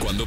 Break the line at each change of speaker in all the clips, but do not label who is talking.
Cuando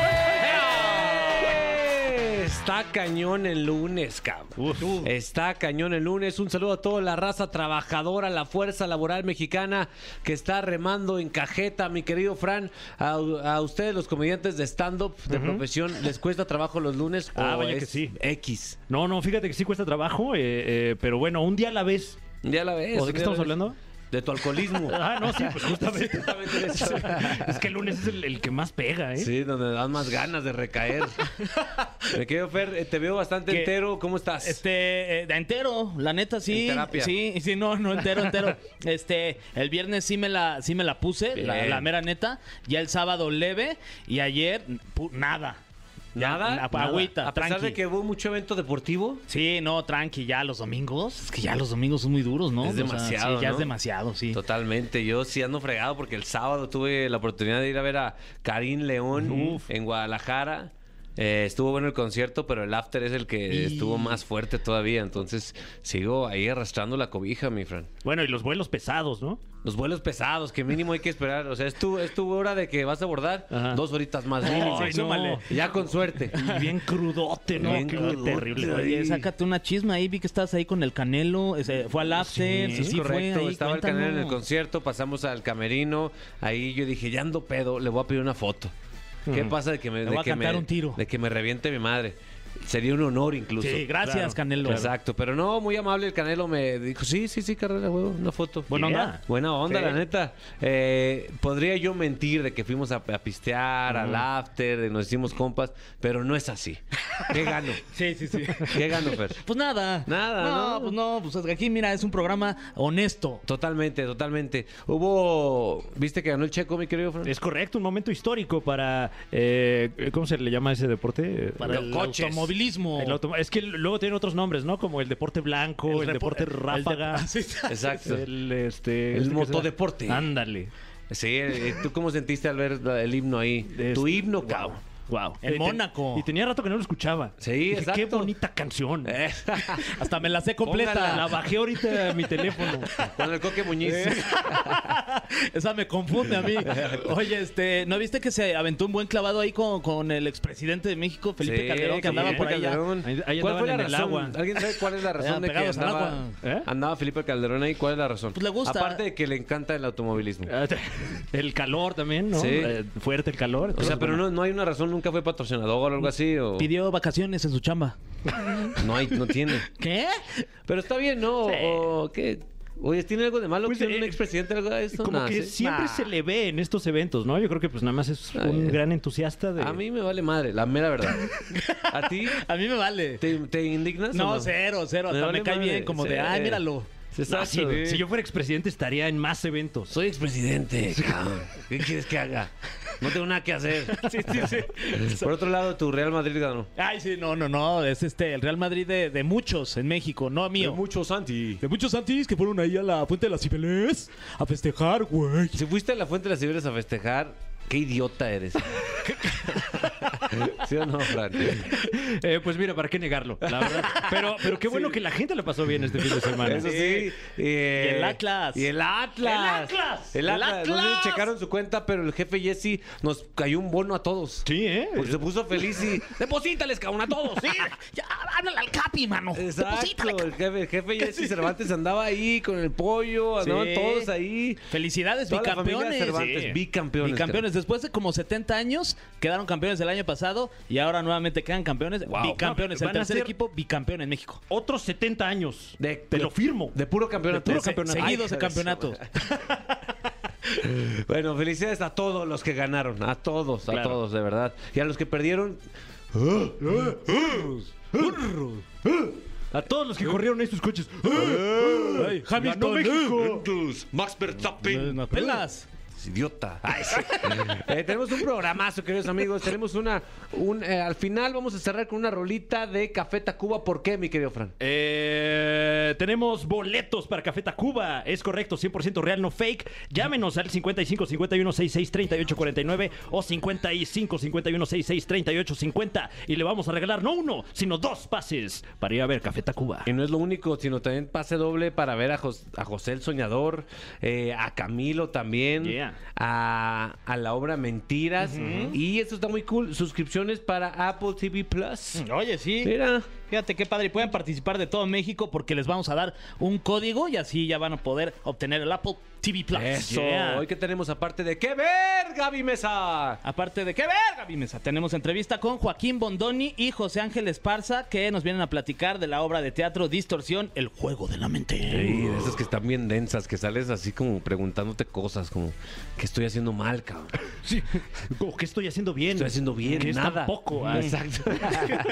Está cañón el lunes, cabrón. Está cañón el lunes. Un saludo a toda la raza trabajadora, la fuerza laboral mexicana que está remando en cajeta, mi querido Fran. A, a ustedes, los comediantes de stand-up de profesión, ¿les cuesta trabajo los lunes?
Ah,
o
vaya que
es
sí.
X.
No, no, fíjate que sí cuesta trabajo, eh, eh, pero bueno, un día a la vez.
Ya la ves.
¿O de qué
ya la
estamos
ves.
hablando?
De tu alcoholismo.
Ah, no, sí, pues justamente.
Exactamente de eso.
es que el lunes es el, el que más pega, ¿eh?
Sí, donde dan más ganas de recaer. Me querido Fer, eh, te veo bastante
Que-
entero. ¿Cómo estás?
Este, eh, entero, la neta sí.
En terapia.
Sí, sí, no, no, entero, entero. Este, el viernes sí me la, sí me la puse, la,
Bien.
la mera neta. Ya el sábado leve y ayer pu- nada. Ya,
¿Nada?
la-
Nada.
Agüita,
A pesar
tranqui.
de que hubo mucho evento deportivo.
Sí, no, tranqui, ya los domingos. Es que ya los domingos son muy duros, ¿no?
Es
O sea,
demasiado,
sí, ya
¿no?
es demasiado, sí.
Totalmente, yo sí ando fregado porque el sábado tuve la oportunidad de ir a ver a Karim León en Guadalajara. Eh, estuvo bueno el concierto, pero el after es el que estuvo más fuerte todavía. Entonces sigo ahí arrastrando la cobija, mi Fran.
Bueno, y los vuelos pesados, ¿no?
Los vuelos pesados, que mínimo hay que esperar. O sea, es tu, es tu hora de que vas a abordar
Ajá.
dos horitas más.
Ay,
mínimo.
no. súmale.
Ya con suerte.
Y bien crudote, ¿no?
Bien
Qué
crudote,
terrible.
Oye, sácate una chisma ahí, vi que estabas ahí con el Canelo, ese, fue al after, sí,
Es
sí, fue
correcto,
ahí,
estaba el
cuéntanos.
canal en el concierto, pasamos al camerino, ahí yo dije, ya ando pedo, le voy a pedir una foto. ¿Qué pasa de que me,
Le
de
voy a
que me-
cantar un tiro.
de que me reviente mi madre? Sería un honor incluso.
Sí, gracias,
Claro.
Canelo.
Exacto, pero no, muy amable el Canelo me dijo, sí, sí, sí, carnal, a huevo, una foto.
Buena
Idea.
onda.
Buena onda,
Sí.
la neta. Eh, podría yo mentir de que fuimos a, a pistear, al after, de nos hicimos compas, pero no es así. ¿Qué gano?
Sí, sí, sí.
¿Qué gano, Fer?
Pues nada.
Nada,
No,
¿no?
pues no, pues aquí mira, es un programa honesto.
Totalmente, totalmente. Hubo. ¿Viste que ganó el checo, mi querido Fran?
Es correcto, un momento histórico para. eh, ¿Cómo se le llama ese deporte?
Para
Los
el
coches.
automovilismo.
El autom- es que luego tienen otros nombres, ¿no? Como el deporte blanco, el,
repo-
deporte
el de-
ráfaga.
Ah, sí, está.
Exacto.
El, este,
El
este que se-
motodeporte.
Ándale.
Sí, eh, ¿tú cómo sentiste al ver la- el himno ahí?
Este,
tu himno,
wow.
cabrón.
Wow.
En
Y te-
Mónaco.
Y tenía rato que no lo escuchaba.
Sí,
Dije, Qué
exacto.
bonita canción.
Eh,
Hasta me la sé completa.
Póngala.
La bajé ahorita a mi teléfono.
Con el coque Muñiz.
Esa me confunde a mí. Oye, este, ¿no viste que se aventó un buen clavado ahí con, con el expresidente de México, Felipe
Sí,
Calderón, que andaba por
Felipe
ahí? ya?
Calderón.
Ahí- ahí
¿Cuál
andaban
fue la
en el
razón?
agua.
¿Alguien sabe cuál es la razón de que
pegados al
andaba,
agua.
¿Eh?
andaba Felipe Calderón ahí? ¿Cuál es la razón?
Pues le gusta.
Aparte de que le encanta el automovilismo.
Eh, El calor también, ¿no?
Sí.
Eh, fuerte el calor.
O sea,
Entonces,
pero
bueno.
no, no hay una razón, nunca fue patrocinador o algo así. O...
Pidió vacaciones en su chamba.
No hay, no tiene.
¿Qué?
Pero está bien, ¿no? O, ¿qué? Oye, ¿tiene algo de malo
Pues,
que un
eh,
expresidente algo de esto?
Como
Nah,
que
sí.
siempre se le ve en estos eventos, ¿no? Yo creo que pues nada más es
Ay,
un
eh.
gran entusiasta de...
A mí me vale madre, la mera verdad. ¿A ti?
A mí me vale.
¿Te, te indignas? o
No, cero, cero. Hasta me,
vale
cae
madre,
bien, como
sí.
de, ay, míralo.
Sí,
Ah,
exacto,
sí,
güey.
Si yo fuera expresidente estaría en más eventos.
Soy expresidente, cabrón. ¿Qué quieres que haga? No tengo nada que hacer.
Sí, sí, sí.
Por otro lado, tu Real Madrid ganó.
Ay, sí, no, no, no. Es este, el Real Madrid de, de muchos en México, no mío.
mucho, Santi.
De muchos antis que fueron ahí a la Fuente de las Cibeles a festejar, güey.
Si fuiste a la Fuente de las Cibeles a festejar, qué idiota eres. ¿Sí o no, Fran?
Eh, pues mira, ¿para qué negarlo? La verdad. Pero, pero qué bueno que la gente la pasó bien este fin de semana.
Eso sí. eh,
Y el Atlas.
Y el Atlas.
El Atlas.
El
El
Atlas. No sé si
Atlas.
checaron su cuenta, pero el jefe Jesse nos cayó un bono a todos.
Sí, ¿eh?
Porque se puso feliz y... ¡Deposítales, cabrón, a todos!
Sí, ya, háblale al Capi, mano.
Exacto,
Deposítale,
el
cabrón.
jefe, el jefe Jesse Cervantes andaba ahí con el pollo, andaban
Sí.
todos ahí.
Felicidades,
Toda la familia
bicampeones.
Cervantes, bicampeones,
Bicampeones. Después de como 70 años, quedaron campeones el año pasado y ahora nuevamente quedan campeones.
Wow.
Bicampeones.
No,
el
van a
tercer
ser-
equipo, bicampeón en México.
Otros 70 años. Te lo firmo.
De puro campeonato.
De puro
Se-
campeonato.
Seguidos
Ay,
de campeonatos.
Bueno, felicidades a todos los que ganaron, a todos, a
Claro.
todos, de verdad. Y a los que perdieron,
A todos los que corrieron ahí sus coches. ¡Ay,
Hamilton.
ganó México!
Nos Pues, pelas.
es idiota. Ay, sí. Eh, tenemos un programazo, queridos amigos. Tenemos una. Un, eh, al final vamos a cerrar con una rolita de Café Tacuba. ¿Por qué, mi querido Fran?
Eh, tenemos boletos para Café Tacuba. Es correcto, 100% real, no fake. Llámenos al 55 51 66 38 49 o 55 51 66 38 50 y le vamos a regalar no uno, sino dos pases para ir a ver Café Tacuba.
Y no es lo único, sino también pase doble para ver a, Jos- a José el Soñador, eh, a Camilo también,
Yeah.
a, a la obra Mentiras. Y esto está muy cool. Suscripciones para Apple TV Plus.
Oye, sí.
Mira.
Fíjate qué padre. Y pueden participar de todo México porque les vamos a dar un código y así ya van a poder obtener el Apple TV Plus.
Eso.
yeah.
Hoy que tenemos aparte de qué ver, Gaby Mesa.
Aparte de que ver, Gaby Mesa, tenemos entrevista con Joaquín Bondoni y José Ángel Esparza que nos vienen a platicar de la obra de teatro Distorsión, el juego de la mente.
Sí, de esas que están bien densas, que sales así como preguntándote cosas, como, ¿qué estoy haciendo mal, cabrón?
Sí. Como, Oh, ¿Qué estoy haciendo bien?
Estoy haciendo bien,
¿Qué es
nada.
tampoco? Ah.
Exacto.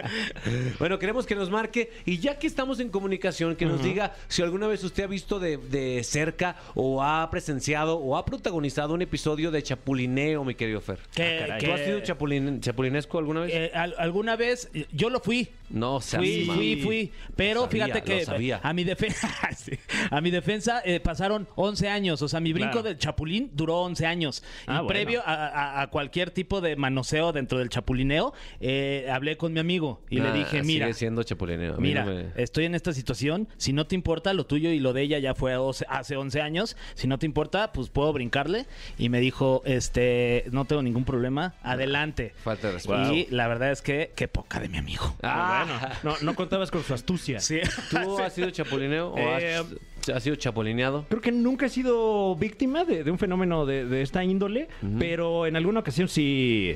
bueno, queremos que nos marque y ya que estamos en comunicación, que nos diga si alguna vez usted ha visto de, de cerca o ha presenciado o ha protagonizado un episodio de chapulineo, mi querido Fer. Ah,
Que-
caray.
que-
¿Tú has sido chapulin- chapulinesco alguna vez?
Eh, al- alguna vez eh, yo lo fui.
no, se
Fui, fui, fui. Pero
Lo sabía,
fíjate que eh,
lo sabía.
a mi defensa, sí, a mi defensa eh, pasaron 11 años. O sea, mi brinco
Claro.
del chapulín duró 11 años.
Ah,
y
bueno.
previo a, a- a cualquier tipo de manoseo dentro del chapulineo, eh, hablé con mi amigo y
Ah,
le dije, mira,
Sigue siendo chapulineo. A mí
Mira, eh,
no me-
estoy en esta situación. Si no te importa, lo tuyo y lo de ella ya fue hace- hace 11 años. Si no te importa, pues puedo brincarle. Y me dijo, este, no tengo ningún problema. Adelante.
Falta de respeto.
Y la verdad es que, qué poca de mi amigo.
Ah.
No, no contabas con su astucia.
Sí.
¿Tú has sido chapulineo o
Eh,
has, has sido chapulineado?
Creo que nunca he sido víctima de, de un fenómeno de, de esta índole, pero en alguna ocasión sí,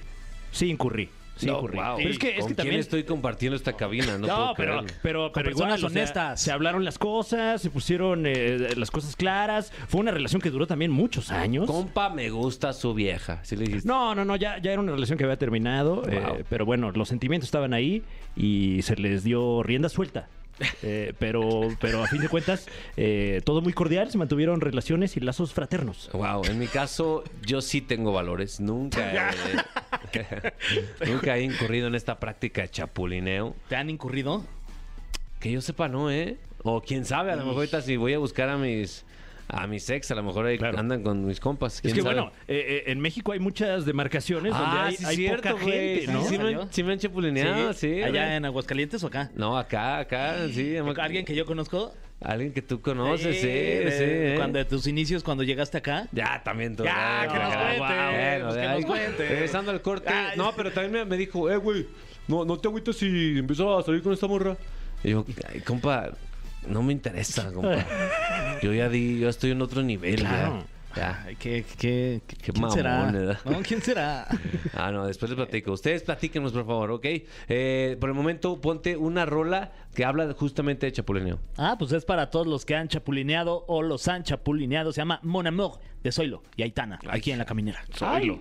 sí incurrí. Sí
No,
incurrí.
wow.
Pero es que,
¿Con
es que
quién
también...
estoy compartiendo esta cabina? No,
No,
puedo
pero,
creerlo.
pero,
Con
pero igual,
personas
o sea,
honestas.
se hablaron las cosas, se pusieron eh, las cosas claras. Fue una relación que duró también muchos años.
Compa, me gusta su vieja. ¿Sí le dijiste?
No, no, no, ya, ya era una relación que había terminado. eh, pero bueno, los sentimientos estaban ahí y se les dio rienda suelta. Eh, pero, pero a fin de cuentas, eh, todo muy cordial, se mantuvieron relaciones y lazos fraternos.
Wow, en mi caso, yo sí tengo valores. Nunca he, nunca he incurrido en esta práctica de chapulineo.
¿Te han incurrido?
Que yo sepa, no, ¿eh? O quién sabe, a lo mejor ahorita si voy a buscar a mis. A mis ex, a lo mejor ahí
Claro.
andan con mis compas.
Es
¿quién
que
sabe?
bueno, eh, eh, en México hay muchas demarcaciones donde
Ah,
hay,
sí,
hay
cierto,
poca
güey.
gente,
Sí,
¿no?
Sí, me, han- sí me han chapulineado, sí.
¿Allá en Aguascalientes o acá?
No, acá, acá, sí. me-
¿Alguien que yo conozco?
Alguien que tú conoces, sí, sí.
de-
¿eh?
Cuando de tus inicios, cuando llegaste acá.
Ya, también tú. ah,
Ya, que nos cuente, pues,
de
que
ahí,
nos cuente.
Regresando al corte.
Ay.
No, pero también me, me dijo, eh, güey, no, no te agüites si empiezo a salir con esta morra. Y yo, ay, compa, no me interesa, compa. Yo ya di, yo estoy en otro nivel,
Claro.
ya. Ya.
Ay, qué, qué, qué-
Qué
¿quién será?
mamón, ¿verdad?
No, ¿quién será?
Ah, no, después les platico. Ustedes platíquenos, por favor, ¿ok? Eh, por el momento, ponte una rola que habla justamente de chapulineo.
Ah, pues es para todos los que han chapulineado o los han chapulineado. Se llama Mon Amour de Zoilo y Aitana, aquí en la caminera.
Ay,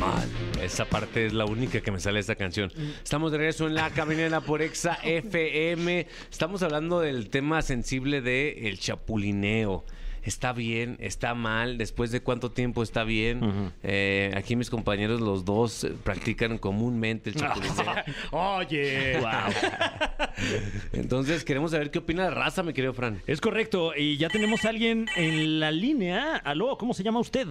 mal. Esa parte es la única que me sale de esta canción. Estamos de regreso en la caminera por Exa FM. Estamos hablando del tema sensible de el chapulineo. ¿Está bien? ¿Está mal? ¿Después de cuánto tiempo está bien? Eh, aquí mis compañeros, los dos, eh, practican comúnmente el chapulineo.
Oye,
Entonces, queremos saber qué opina la raza, mi querido Fran.
es correcto. Y ya tenemos a alguien en la línea. Aló, ¿cómo se llama usted?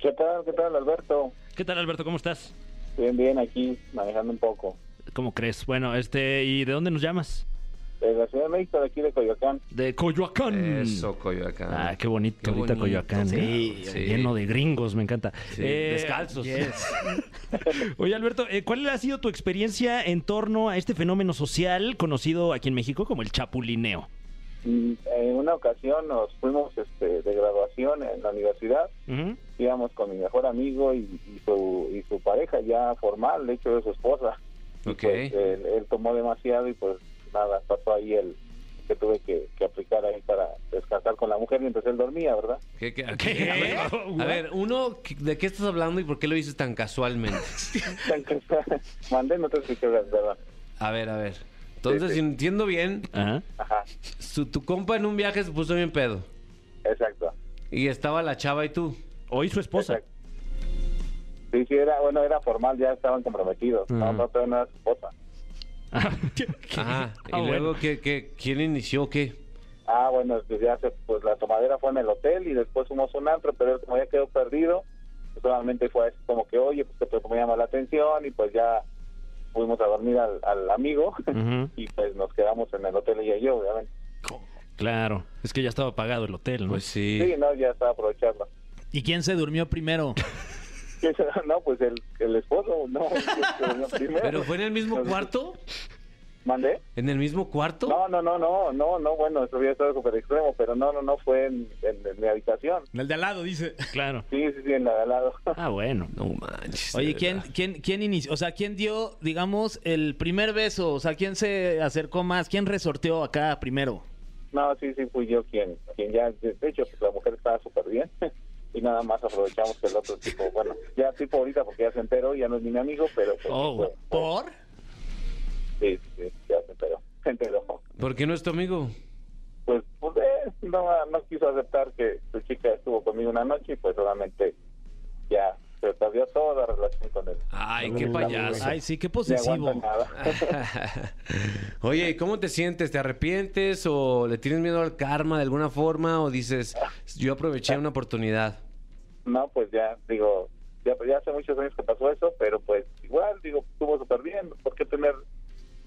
¿Qué tal? ¿Qué tal, Alberto?
¿Qué tal, Alberto? ¿Cómo estás?
Bien, bien, aquí manejando un poco.
¿Cómo crees? Bueno, este, ¿y de dónde nos llamas?
De la Ciudad de México, de aquí de Coyoacán.
De Coyoacán.
Eso, Coyoacán.
Ah, qué bonito,
Qué
ahorita
bonito,
Coyoacán.
sí,
¿eh?
sí.
Lleno de gringos, me encanta. Eh,
Sí, descalzos.
Oye, Alberto, eh, ¿cuál ha sido tu experiencia en torno a este fenómeno social conocido aquí en México como el chapulineo?
Mm, En una ocasión nos fuimos este, de graduación en la universidad.
Ujú.
Íbamos con mi mejor amigo y, y su, y su pareja ya formal, de hecho es su esposa. Y,
Ok.
pues, él, él tomó demasiado y pues nada, pasó ahí el que tuve que, que aplicar ahí para descansar con la mujer mientras él dormía, ¿verdad?
¿Qué, qué- qué? A, ver, a ver, uno, ¿de qué estás hablando y por qué lo dices tan casualmente?
Mandé, no te escuché, ¿verdad?
A ver, a ver. Entonces,
Sí, sí.
si entiendo bien,
Ajá.
Ajá,
su, tu compa en un viaje se puso bien pedo.
exacto.
Y estaba la chava y tú.
Hoy su esposa.
Exacto. Sí, sí, era, bueno, era formal, ya estaban comprometidos. No,
Ajá.
no, todavía no era su esposa.
Ah, y
Ah, bueno.
luego, ¿qué, qué, quién inició qué?
Ah, bueno, pues ya se- pues la tomadera fue en el hotel y después fuimos a un antro, pero él como ya quedó perdido, pues solamente fue así como que, oye, pues te me llama la atención y pues ya fuimos a dormir al, al amigo
Mm.
Ujú.
y pues nos quedamos en el hotel ella y yo, obviamente.
Claro, es que ya estaba pagado el hotel, ¿no?
Pues sí.
Sí, no, ya estaba aprovechando.
¿Y quién se durmió primero?
No, pues el, el esposo, no. pues, no, primero.
¿Pero fue en el mismo
Entonces,
cuarto?
¿Mandé?
¿En el mismo cuarto?
No, no, no, no, no, no, bueno, eso hubiera estado súper extremo, pero no, no, no, fue en, en- en mi habitación.
El de al lado, dice.
Claro.
Sí, sí, sí, en la de al lado.
Ah, bueno.
No manches. de
Oye, ¿quién,
verdad.
quién, quién inició? O sea, ¿quién dio, digamos, el primer beso? O sea, ¿quién se acercó más? ¿Quién resorteó acá primero?
No, sí, sí, fui yo quien, quien ya, de de hecho, pues la mujer estaba súper bien. Y nada más aprovechamos que el otro tipo, bueno, ya tipo ahorita porque ya se enteró, ya no es ni mi amigo, pero pues,
Oh,
fue- fue-
¿Por?
sí, sí, sí, ya se enteró, se enteró.
¿Por qué no es tu amigo?
Pues, pues eh, no, no quiso aceptar que su chica estuvo conmigo una noche y pues solamente ya se perdió toda la relación con él.
Ay, qué payaso.
Ay, sí, qué
No aguanta
posesivo.
nada.
Oye, ¿y ¿cómo te sientes? ¿Te arrepientes o le tienes miedo al karma de alguna forma o dices, yo aproveché una oportunidad?
No, pues ya, digo, ya, ya hace muchos años que pasó eso, pero pues igual, digo, estuvo súper bien. ¿Por qué tener.?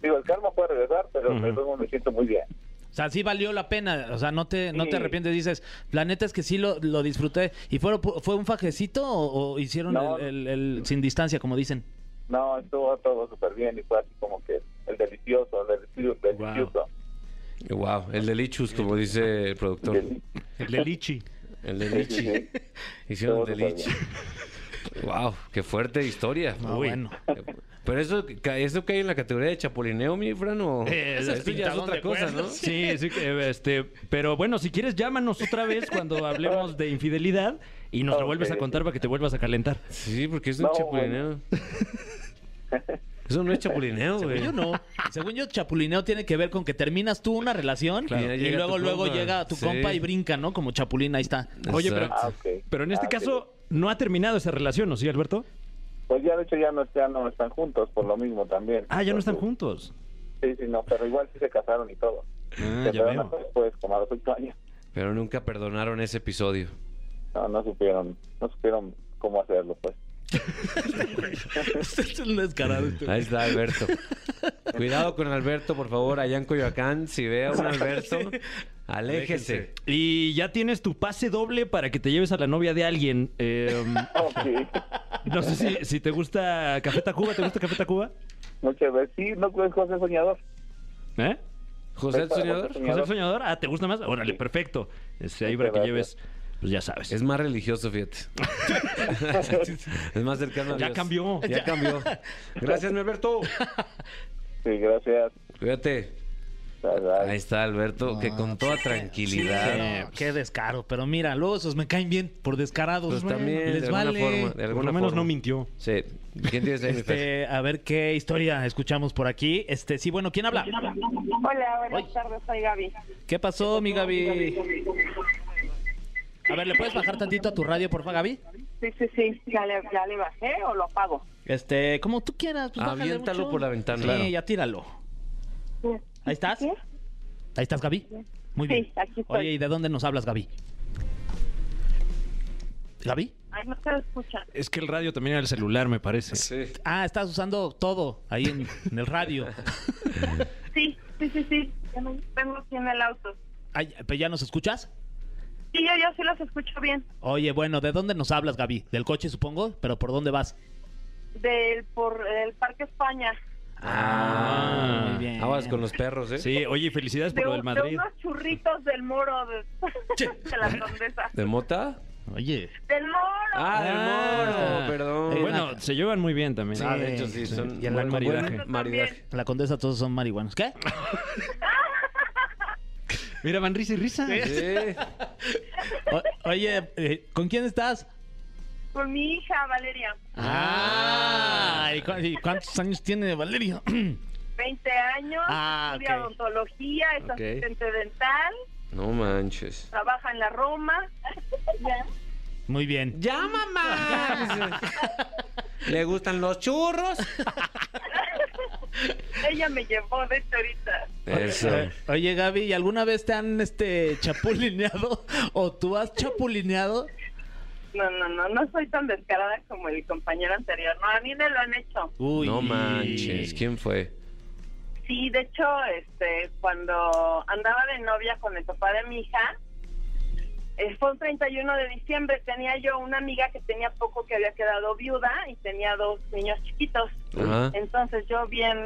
Digo, el karma puede regresar, pero
Ujú.
de todos modos me siento muy bien.
O sea, sí valió la pena. O sea, no te, no te
Sí.
arrepientes. Dices, la neta es que sí lo, lo disfruté. ¿Y fue, fue un fajecito o, o hicieron
No.
el, el- el sin distancia, como dicen?
No, estuvo todo súper bien y fue así como que el delicioso, el delicioso, el
Wow.
delicioso.
Wow, el delichus, como dice el productor.
Sí,
El de Lichi.
El delichi.
sí, sí.
Hicieron
Todo súper
delichi. Wow, qué fuerte historia.
No,
Uy.
bueno.
Pero eso, ca- eso cae en la categoría de chapulineo, mi Fran, o
Eh,
eso ya es otra cosa, ¿no?
Sí, sí, que, este, pero bueno, si quieres llámanos otra vez cuando hablemos de infidelidad y nos lo
Ok.
vuelves a contar para que te vuelvas a calentar.
Sí, porque es un
No,
chapulineo. Eso no es chapulineo, güey.
Yo no. Según yo, chapulineo tiene que ver con que terminas tú una relación
Claro.
y,
Y llega
luego,
tu
luego
compa.
llega tu
Sí.
compa y brinca, ¿no? Como chapulín, ahí está.
Oye, pero-
Ah, ok.
Pero en este
Ah, sí.
caso no ha terminado esa relación, ¿no? Sí, Alberto.
Pues ya, de hecho, ya no, ya no están juntos, por lo mismo también.
Ah, ya no están
Entonces,
juntos.
Sí, sí, no, pero igual sí se casaron y todo.
Ah,
se
ya
casaron
veo.
después, pues, como a los ocho años.
Pero nunca perdonaron ese episodio.
No, no supieron, no supieron cómo hacerlo, pues.
es un descarado. este.
Ahí está Alberto. Cuidado con Alberto, por favor, allá en Coyoacán. Si ve a un Alberto, aléjese.
Y ya tienes tu pase doble para que te lleves a la novia de alguien. Eh,
Ok.
no sé si, si te gusta Café Tacuba, ¿te gusta Café Tacuba?
Muchas veces. Sí, no es José Soñador.
¿Eh?
José el
José
Soñador
Soñador.
José el Soñador, ah, ¿te gusta más? Órale,
Sí.
perfecto. Este, ahí
Muchas
para que
gracias.
lleves, pues ya sabes.
es más religioso, fíjate. es más cercano a
Ya
Dios.
cambió.
Ya cambió. Gracias, mi Alberto.
Sí, gracias.
Cuídate.
Bye, bye.
Ahí está Alberto, que con toda
Ah, Sí,
tranquilidad.
no, qué descaro. Pero mira, luego esos me caen bien por descarados.
Pues
Bueno,
también,
les
de alguna
vale.
forma. De alguna
Por lo menos
forma.
no mintió.
Sí. ¿Quién tienes ahí, mi Fer?
Este, a ver qué historia escuchamos por aquí. Este, sí, bueno, ¿quién habla?
Hola, buenas tardes, soy Gaby.
¿Qué pasó, mi Gaby? A ver, ¿le puedes bajar tantito a tu radio, por favor, Gaby?
Sí, sí, sí, ya le, ya le bajé o lo apago.
Este, como tú quieras. Pues, bájale
Aviéntalo
mucho.
por la ventana.
Sí,
Claro.
ya tíralo. ¿Ahí estás?
¿Sí?
Ahí estás, Gaby. Muy
Sí,
bien.
aquí estoy.
Oye, ¿y de dónde nos hablas, Gaby? ¿Gaby?
Ay, no se lo escucha.
Es que el radio también era el celular, me parece.
Sí.
Ah, estás usando todo ahí en, en el radio.
Sí, sí, sí, sí. Ya me- Vengo aquí en el auto.
Ay, ¿pero ya nos escuchas?
Sí, yo, yo sí los escucho bien.
Oye, bueno, ¿de dónde nos hablas, Gaby? Del coche, supongo, pero ¿por dónde vas?
Del por el Parque España.
Ah,
muy bien.
Aguas con los perros, ¿eh?
Sí, oye, felicidades por
De,
lo del
un- de
Madrid.
unos churritos del moro de, de la condesa.
¿De mota?
Oye.
¡Del moro!
Ah, del
Ah.
moro, perdón.
Eh,
Bueno, se llevan muy bien también.
Sí.
Ah, de hecho sí, son
Y el
buen
maridaje.
buen maridaje.
La condesa todos son marihuanos. ¿Qué?
Mira, van risa y risa.
Sí.
O- oye, eh, ¿con quién estás?
Con mi hija Valeria,
Ah, ¿y, cu- y cuántos años tiene Valeria?
20 años,
Ah,
estudia
ok.
odontología, es
Ok.
asistente dental,
No manches.
trabaja en la Roma. Ya.
Muy bien.
¡Ya, mamá! ¿Le gustan los churros?
Ella me llevó de hecho ahorita.
Eso.
Eh, Oye, Gaby, ¿y alguna vez te han este chapulineado o tú has chapulineado?
No, no, no, no soy tan descarada como el compañero anterior. No, a mí me lo han hecho.
Uy.
No manches, ¿quién fue?
Sí, de hecho, este, cuando andaba de novia con el papá de mi hija, eh, fue un 31 de diciembre, tenía yo una amiga que tenía poco que había quedado viuda y tenía dos niños chiquitos.
Ajá.
Entonces yo bien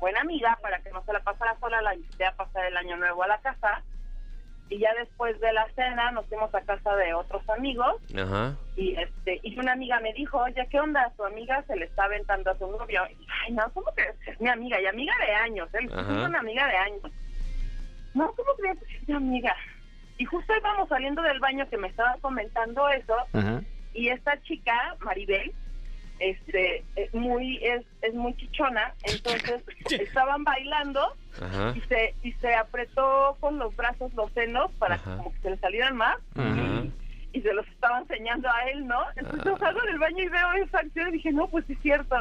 buena amiga, para que no se la pasara sola, la invité a pasar el año nuevo a la casa. Y ya después de la cena nos fuimos a casa de otros amigos
Ajá.
y este y una amiga me dijo, oye, ¿qué onda? A su amiga se le está aventando a su novio. Y, Ay, no, ¿cómo crees? Es mi amiga y amiga de años. Él
Ajá.
es una amiga de años. No, ¿cómo crees? Es mi amiga. Y justo íbamos saliendo del baño que me estaba comentando eso
Ajá.
y esta chica, Maribel, este, eh, muy, es, es muy chichona, entonces estaban bailando
Ajá.
y se, y se apretó con los brazos los senos para
Ajá.
como que se le salieran más
Ajá.
y se los estaba enseñando a él, ¿no? Entonces yo salgo del baño y veo esa acción y dije, no, pues sí es cierto.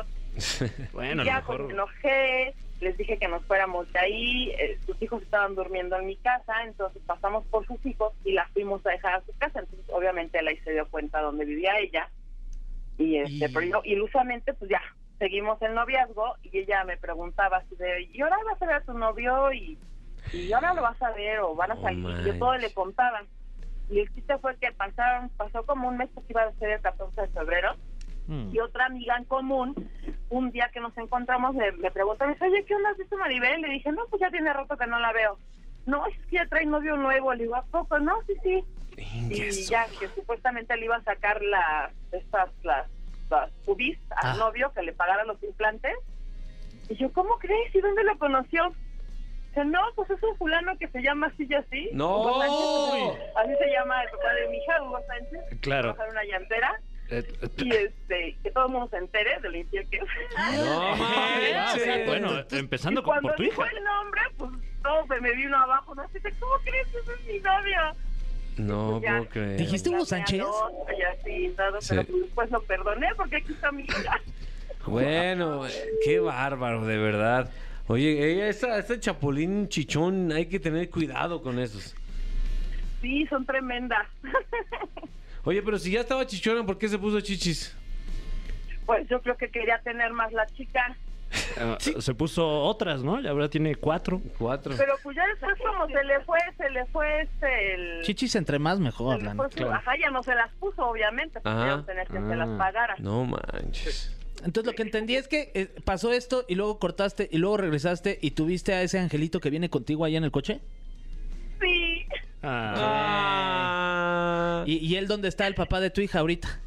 Bueno, a
ya
lo
pues,
mejor.
me enojé, les dije que nos fuéramos de ahí, eh, sus hijos estaban durmiendo en mi casa, entonces pasamos por sus hijos y la fuimos a dejar a su casa, entonces obviamente él ahí se dio cuenta dónde vivía ella. Y este,
Y-
pero yo ilusamente pues ya, seguimos el noviazgo y ella me preguntaba así de, ¿y ahora vas a ver a tu novio? Y, y ahora lo vas a ver o van a
No
salir, Y yo todo le
manches.
contaba. Y el chiste fue que pasaron, pasó como un mes porque iba a ser el 14 de febrero y otra amiga en común, un día que nos encontramos, me, me preguntó, me dice, oye, ¿qué onda has visto a Maribel? Le dije, no, pues ya tiene rato que no la veo. No, es que ya trae novio nuevo. Le digo, ¿a poco? No, sí, sí. Y
Ingeso.
ya que supuestamente le iba a sacar las, estas, las, las pubis al
Ah.
novio que le pagara los implantes. Y yo, ¿cómo crees? ¿Y dónde lo conoció? Dice, no, pues es un fulano que se llama así y así.
No.
Hugo Sánchez. Así se llama el papá de mi hija, Hugo Sánchez.
Claro.
Trabaja en una llantera y este que todo el mundo se entere de lo infiel que es.
No
Ah,
manches.
Bueno,
Y
empezando con-
cuando
por tu
dijo
hija.
el nombre, pues todo se me vino abajo. ¿no? Así de, ¿Cómo crees que ese es mi novio? Pues
No
Ya.
puedo creer.
¿Dijiste Hugo Sánchez?
Y así, todo,
Sí.
pero pues, pues lo perdoné porque aquí está mi hija.
Bueno, qué bárbaro, de verdad. Oye, ella- esa- ese chapulín chichón, hay que tener cuidado con esos.
Sí, son tremendas.
Oye, pero si ya estaba chichona, ¿por qué se puso chichis?
pues yo creo que quería tener más la chica.
Ah, Se puso otras, ¿no? Y ahora tiene cuatro.
Cuatro.
Pero pues ya después como se le fue, se le fue este el...
Chichis entre más
se
mejor,
le
la
fue
neta.
su- Ajá, ya no se las puso, obviamente, porque
Ajá.
iban a tener que se las
Ah.
pagara.
No manches.
Entonces lo que entendí es que eh, pasó esto y luego cortaste y luego regresaste y tuviste a ese angelito que viene contigo allá en el coche.
Sí.
Ah.
Ah.
¿Y, y él dónde está el papá de tu hija ahorita?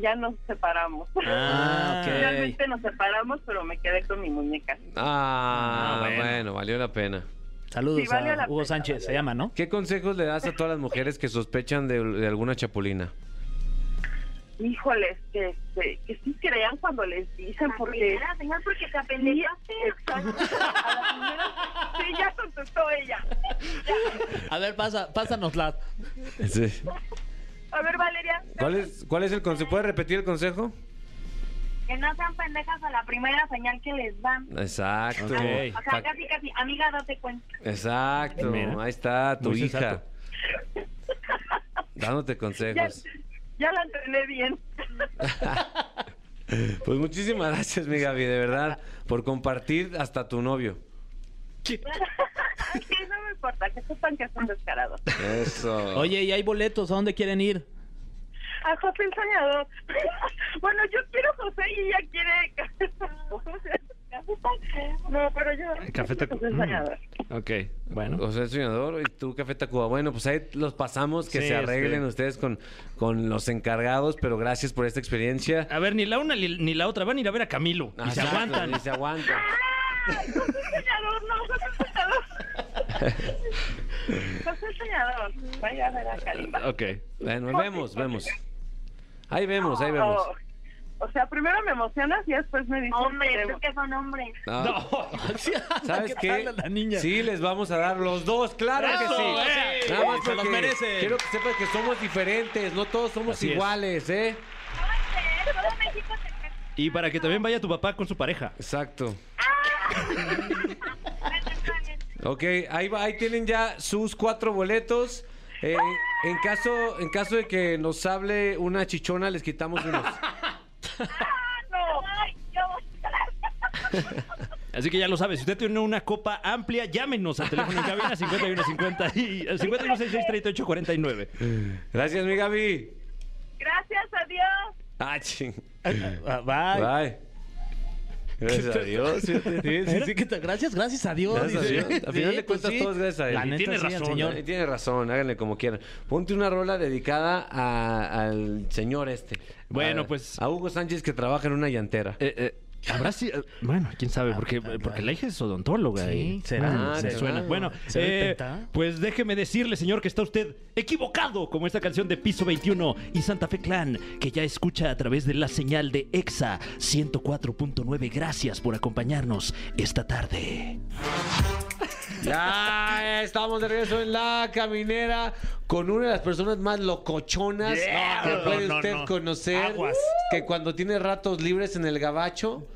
ya nos separamos.
Ah, ok.
Realmente nos separamos, pero me quedé con mi muñeca.
Ah,
Ah,
bueno.
bueno.
valió la pena.
Saludos
Sí, vale
a
la
Hugo
pena,
Sánchez,
vale
se llama, ¿no?
¿Qué consejos le das a todas las mujeres que sospechan de, de alguna chapulina?
Híjoles, que, que, que sí crean cuando les dicen, porque...
Primera, señor, porque te
Sí,
apendejaste.
exacto. A la primera- sí, ya contestó ella.
A ver, pasa, pásanosla.
A ver, Valeria.
¿Cuál es, cuál es el consejo? ¿Puedes repetir el consejo?
Que no sean pendejas a la primera señal que les dan.
Exacto.
Ok.
O sea, casi, casi, amiga, date cuenta.
Exacto.
Mira.
Ahí está tu
Muy
hija.
sensato.
Dándote
Ya,
consejos.
ya la entrené bien.
Pues muchísimas gracias, mi Gaby, de verdad, por compartir hasta tu novio.
Sí, no me importa, que sepan que son descarados.
Eso.
Oye, ¿y hay boletos? ¿A dónde quieren ir?
A José el soñador. Bueno, yo quiero José y ella quiere... No, pero yo...
Café Mm. Tacu-
José el
mm.
soñador.
Ok, bueno.
José el Soñador y tú, Café Tacuba. Bueno, pues ahí los pasamos, que
Sí,
se arreglen
este.
ustedes con, con los encargados, pero gracias por esta experiencia.
A ver, ni la una li- ni la otra van a ir a ver a Camilo. Y se
Exacto,
aguantan.
Y se aguantan.
José el ¡Ah! soñador, no, José el soñador. José el soñador. Vaya a ver a Kalimba.
Ok.
Bueno, vemos, vemos. Ahí vemos, ahí vemos.
Oh, O sea, primero me emocionas y después me dices...
Hombres,
que-
es que son hombres.
Ah, ¿Sabes
¿Qué
qué?
tal la niña?
Sí, les vamos a dar los dos, claro que
¡Eso,
sí.
eh!
Nada más
Se los
porque
merece.
Quiero que sepas que somos diferentes, no todos somos
Así es.
iguales, ¿eh?
Hombres, todo México pues, te-
Y para que también vaya tu papá con su pareja.
Exacto.
Gracias,
Ok, ahí, va, ahí tienen ya sus cuatro boletos. Eh, en, caso, en caso de que nos hable una chichona, les quitamos unos.
¡Ah, No. Ay, yo voy a llorar.
Así que ya lo sabes, si usted tiene una copa amplia, llámenos al teléfono en cabina 5150 y 51663849.
Gracias, mi Gaby.
Gracias, adiós.
Ah, ching.
Ah, Bye.
Bye. Gracias a Dios. fíjate.
Sí, sí, sí, que te- gracias, gracias a Dios.
Gracias a
dice.
Dios. Al final de cuentas, todo es gracias a él.
pues La
Y
neta,
tiene
sí, al
razón,
señor.
Y tiene razón, háganle como quieran. Ponte una rola dedicada a- al señor este.
Bueno,
A-
pues-
A Hugo Sánchez que trabaja en una llantera.
Eh, eh, Habrá si- eh, Bueno, quién
Ah,
sabe, porque, porque la hija es odontóloga.
Sí,
y-
será,
Bueno,
será.
me suena. Bueno,
¿Será el
eh,
Pentá?
pues déjeme decirle, señor, que está usted equivocado, como esta canción de Piso 21 y Santa Fe Clan, que ya escucha a través de la señal de EXA 104.9. Gracias por acompañarnos esta tarde.
Ya estamos de regreso en la caminera con una de las personas más locochonas
Yeah.
que
No,
puede
no,
usted
no.
conocer.
Aguas.
Que cuando tiene ratos libres en el gabacho,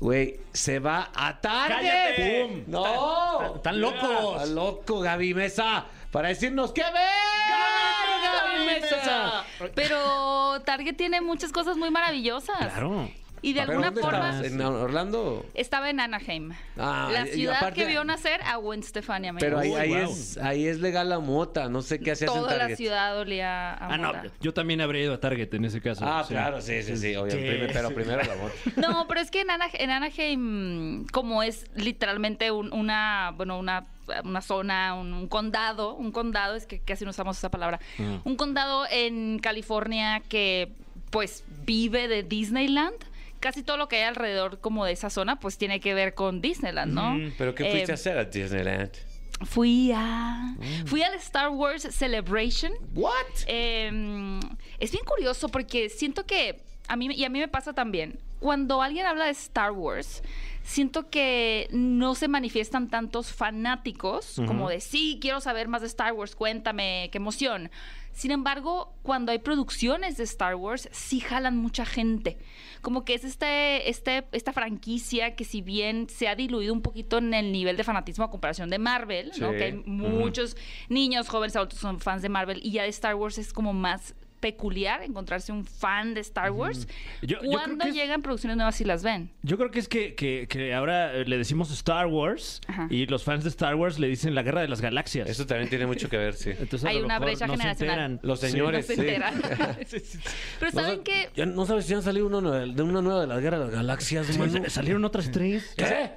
güey, se va a tarde.
¡Cállate!
¡Pum! ¡No!
tan- tan locos.
Tan loco, Gaby Mesa, para decirnos qué ver, Gaby Mesa.
Pero Target tiene muchas cosas muy maravillosas.
Claro.
Y de
¿Pero
alguna
dónde
forma
estabas? ¿En Orlando?
estaba en Anaheim.
Ah,
la
y- y
ciudad
aparte-
que vio nacer a Gwen Stefani. amigos.
Pero ahí,
Uy,
ahí
wow.
es, ahí es legal la mota, no sé qué hacías en
Toda la
Target.
ciudad olía a
Ah, no,
mota.
yo también habría ido a Target en ese caso.
Ah,
Sí.
claro, sí, sí, sí, obviamente.
Sí.
Primer- Pero primero la mota.
No, pero es que en, Ana- en Anaheim, como es literalmente un- una, bueno, una, una zona, un, un condado, un condado, es que casi no usamos esa palabra, un condado en California que pues vive de Disneyland. Casi todo lo que hay alrededor como de esa zona pues tiene que ver con Disneyland, ¿no?
¿Pero qué
Eh,
fuiste a hacer a Disneyland?
Fui a... Fui al Star Wars Celebration.
¿What?
Eh, es bien curioso porque siento que a mí y a mí me pasa también. Cuando alguien habla de Star Wars, siento que no se manifiestan tantos fanáticos como de sí, quiero saber más de Star Wars, cuéntame, qué emoción. Sin embargo, cuando hay producciones de Star Wars, sí jalan mucha gente. Como que es este, este, esta franquicia que si bien se ha diluido un poquito en el nivel de fanatismo a comparación de Marvel, ¿no?
Sí.
Que hay muchos niños, jóvenes, adultos son fans de Marvel y ya de Star Wars es como más peculiar encontrarse un fan de Star Wars.
Yo- yo creo
¿Cuándo
que es-
llegan producciones nuevas y las ven?
Yo creo que es que, que- que ahora eh, le decimos Star Wars
Ajá.
y los fans de Star Wars le dicen la guerra de las galaxias.
Eso también tiene mucho que ver, sí.
Entonces, a
Hay
lo
una
mejor
brecha
no se
generacional.
enteran.
Los
Sí.
señores,
Se
sí.
enteran. Pero
No
saben
sab-
que
ya no sabes si han salido uno nue- de una nueva de las guerras de las galaxias,
Sí,
mano.
sa- Pues, eh, salieron otras tres.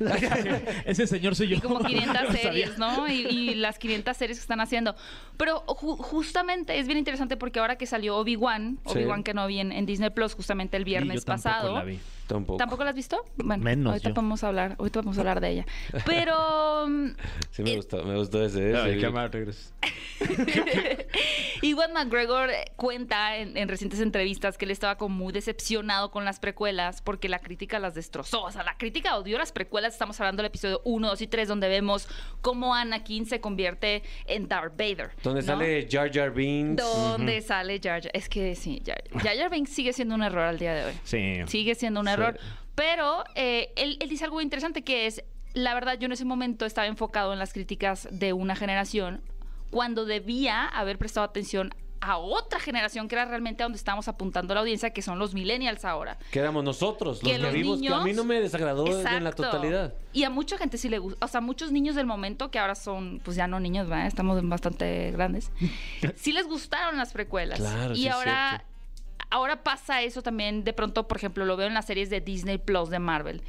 Ese señor soy yo.
Y como 500
No lo sabía.
series, ¿no? Y, y las 500 series que están haciendo. Pero ju- justamente es bien interesante porque ahora que salió Obi-Wan,
Sí.
Obi-Wan que no vi en, en Disney Plus justamente el
Y yo
viernes
tampoco
pasado.
la vi.
Tampoco.
¿Tampoco la has visto? Bueno,
Menos
ahorita
yo.
vamos a hablar, ahorita vamos a hablar de ella. Pero mm,
Sí, me gustó, me gustó ese. ese.
Iwan McGregor eh, cuenta en, en recientes entrevistas que él estaba como muy decepcionado con las precuelas porque la crítica las destrozó. O sea, la crítica odió las precuelas. Estamos hablando del episodio 1, 2 y 3, donde vemos cómo Anakin se convierte en Darth Vader.
Donde
¿no?
sale Jar Jar Binks. Mm.
Donde sale Jar Jar. Es que sí, Jar Jar, Jar Binks sigue siendo un error al día de hoy.
Sí.
Sigue siendo un
Sí.
error. Pero eh, él, él dice algo interesante que es, la verdad, yo en ese momento estaba enfocado en las críticas de una generación cuando debía haber prestado atención a otra generación que era realmente a donde estábamos apuntando la audiencia, que son los millennials ahora.
Que éramos nosotros, los
Que
que,
los
vimos, que a mí
niños-
no me desagradó en la
Exacto.
totalidad.
Y a mucha gente sí le gusta, o sea, muchos niños del momento, que ahora son, pues ya no niños, ¿verdad? estamos bastante grandes, sí les gustaron las precuelas.
Claro,
y
sí es
ahora, ahora pasa eso también, de pronto, por ejemplo, lo veo en las series de Disney Plus de Marvel.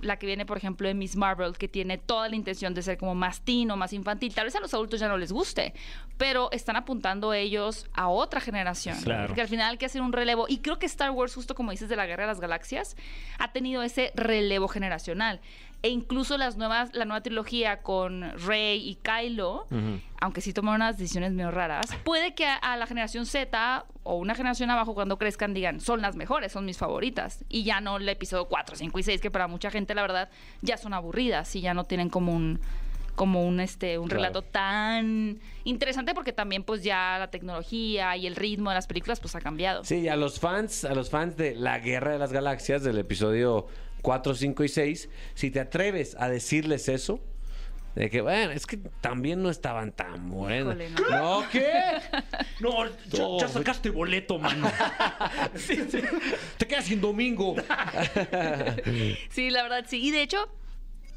La que viene, por ejemplo, de Miss Marvel, que tiene toda la intención de ser como más teen o más infantil. Tal vez a los adultos ya no les guste, pero están apuntando ellos a otra generación.
Claro.
Porque al final hay que hacer un relevo. Y creo que Star Wars, justo como dices de la Guerra de las Galaxias, ha tenido ese relevo generacional. E incluso las nuevas, la nueva trilogía con Rey y Kylo, aunque sí tomaron unas decisiones medio raras, puede que a, a la generación Z o una generación abajo cuando crezcan digan, son las mejores, son mis favoritas. Y ya no el episodio 4, 5 y 6, que para mucha gente la verdad ya son aburridas y ya no tienen como un como un este un
Claro.
relato tan interesante porque también pues ya la tecnología y el ritmo de las películas pues ha cambiado.
Sí, y a los fans, a los fans de La Guerra de las Galaxias, del episodio 4, 5 y 6, si te atreves a decirles eso, de que, bueno, es que también no estaban tan buenas.
Híjole,
no. qué?
No, ya,
No,
ya sacaste boleto, mano.
Te quedas sin domingo.
Sí, la verdad sí. Y de hecho,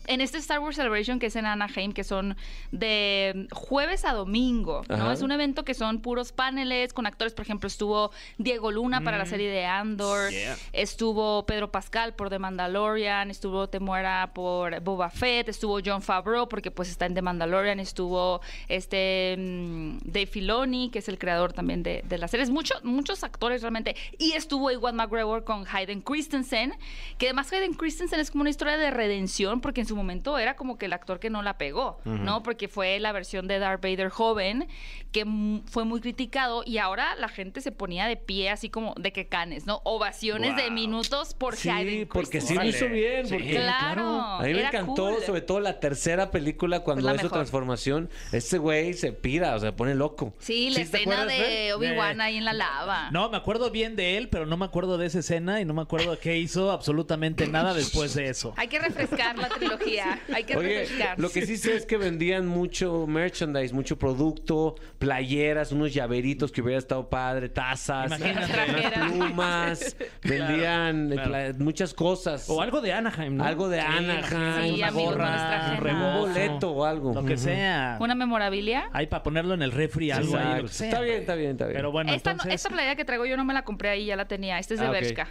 en este Star Wars Celebration que es en Anaheim, que son de jueves a domingo, ¿no?
Ajá.
Es un evento que son puros paneles con actores. Por ejemplo, estuvo Diego Luna para la serie de Andor,
Yeah.
estuvo Pedro Pascal por The Mandalorian, estuvo Temuera por Boba Fett, estuvo John Favreau porque pues está en The Mandalorian, estuvo este mm, Dave Filoni, que es el creador también de, de la serie. Es mucho- muchos actores realmente. Y estuvo Iwan McGregor con Hayden Christensen, que además Hayden Christensen es como una historia de redención porque en su momento era como que el actor que no la pegó, ¿no? Porque fue la versión de Darth Vader joven que m- fue muy criticado y ahora la gente se ponía de pie así como de que canes, ¿no? Ovaciones de
Wow.
minutos por
Sí,
Hayden
porque sí
Christensen.
lo
Órale.
hizo bien.
Sí.
Porque,
Claro,
A mí me
era
encantó,
cool. Pues
sobre todo la tercera película, cuando
la
es su
mejor.
transformación. Este güey se pira, o sea, pone loco.
Sí, la
¿Sí te
escena
acuerdas,
de
Fer?
Obi-Wan
De-
ahí en la lava.
No, me acuerdo bien de él, pero no me acuerdo de esa escena y no me acuerdo de qué hizo absolutamente nada después de eso.
Hay que refrescar la trilogía. Hay que
Oye,
refrescar.
lo que sí sé es que vendían mucho merchandise, mucho producto, playeras, unos llaveritos que hubiera estado padre, tazas,
Imagínate.
unas
Trajeras.
plumas, vendían eh,
Claro,
pla- muchas cosas.
O algo de Anaheim, ¿no?
Algo de
Sí,
Anaheim,
Sí,
una
amigos, no les traje
gorra,
nada.
un boleto o algo.
Lo que
Ujú.
sea.
Una memorabilia.
Hay para ponerlo en el refri, algo
Exacto.
ahí. lo que sea.
Está bien, está bien, está bien.
Pero bueno,
esta, no-
entonces...
esta playera que traigo yo no me la compré ahí, ya la tenía. Esta es de
Ah, ok.
Bershka.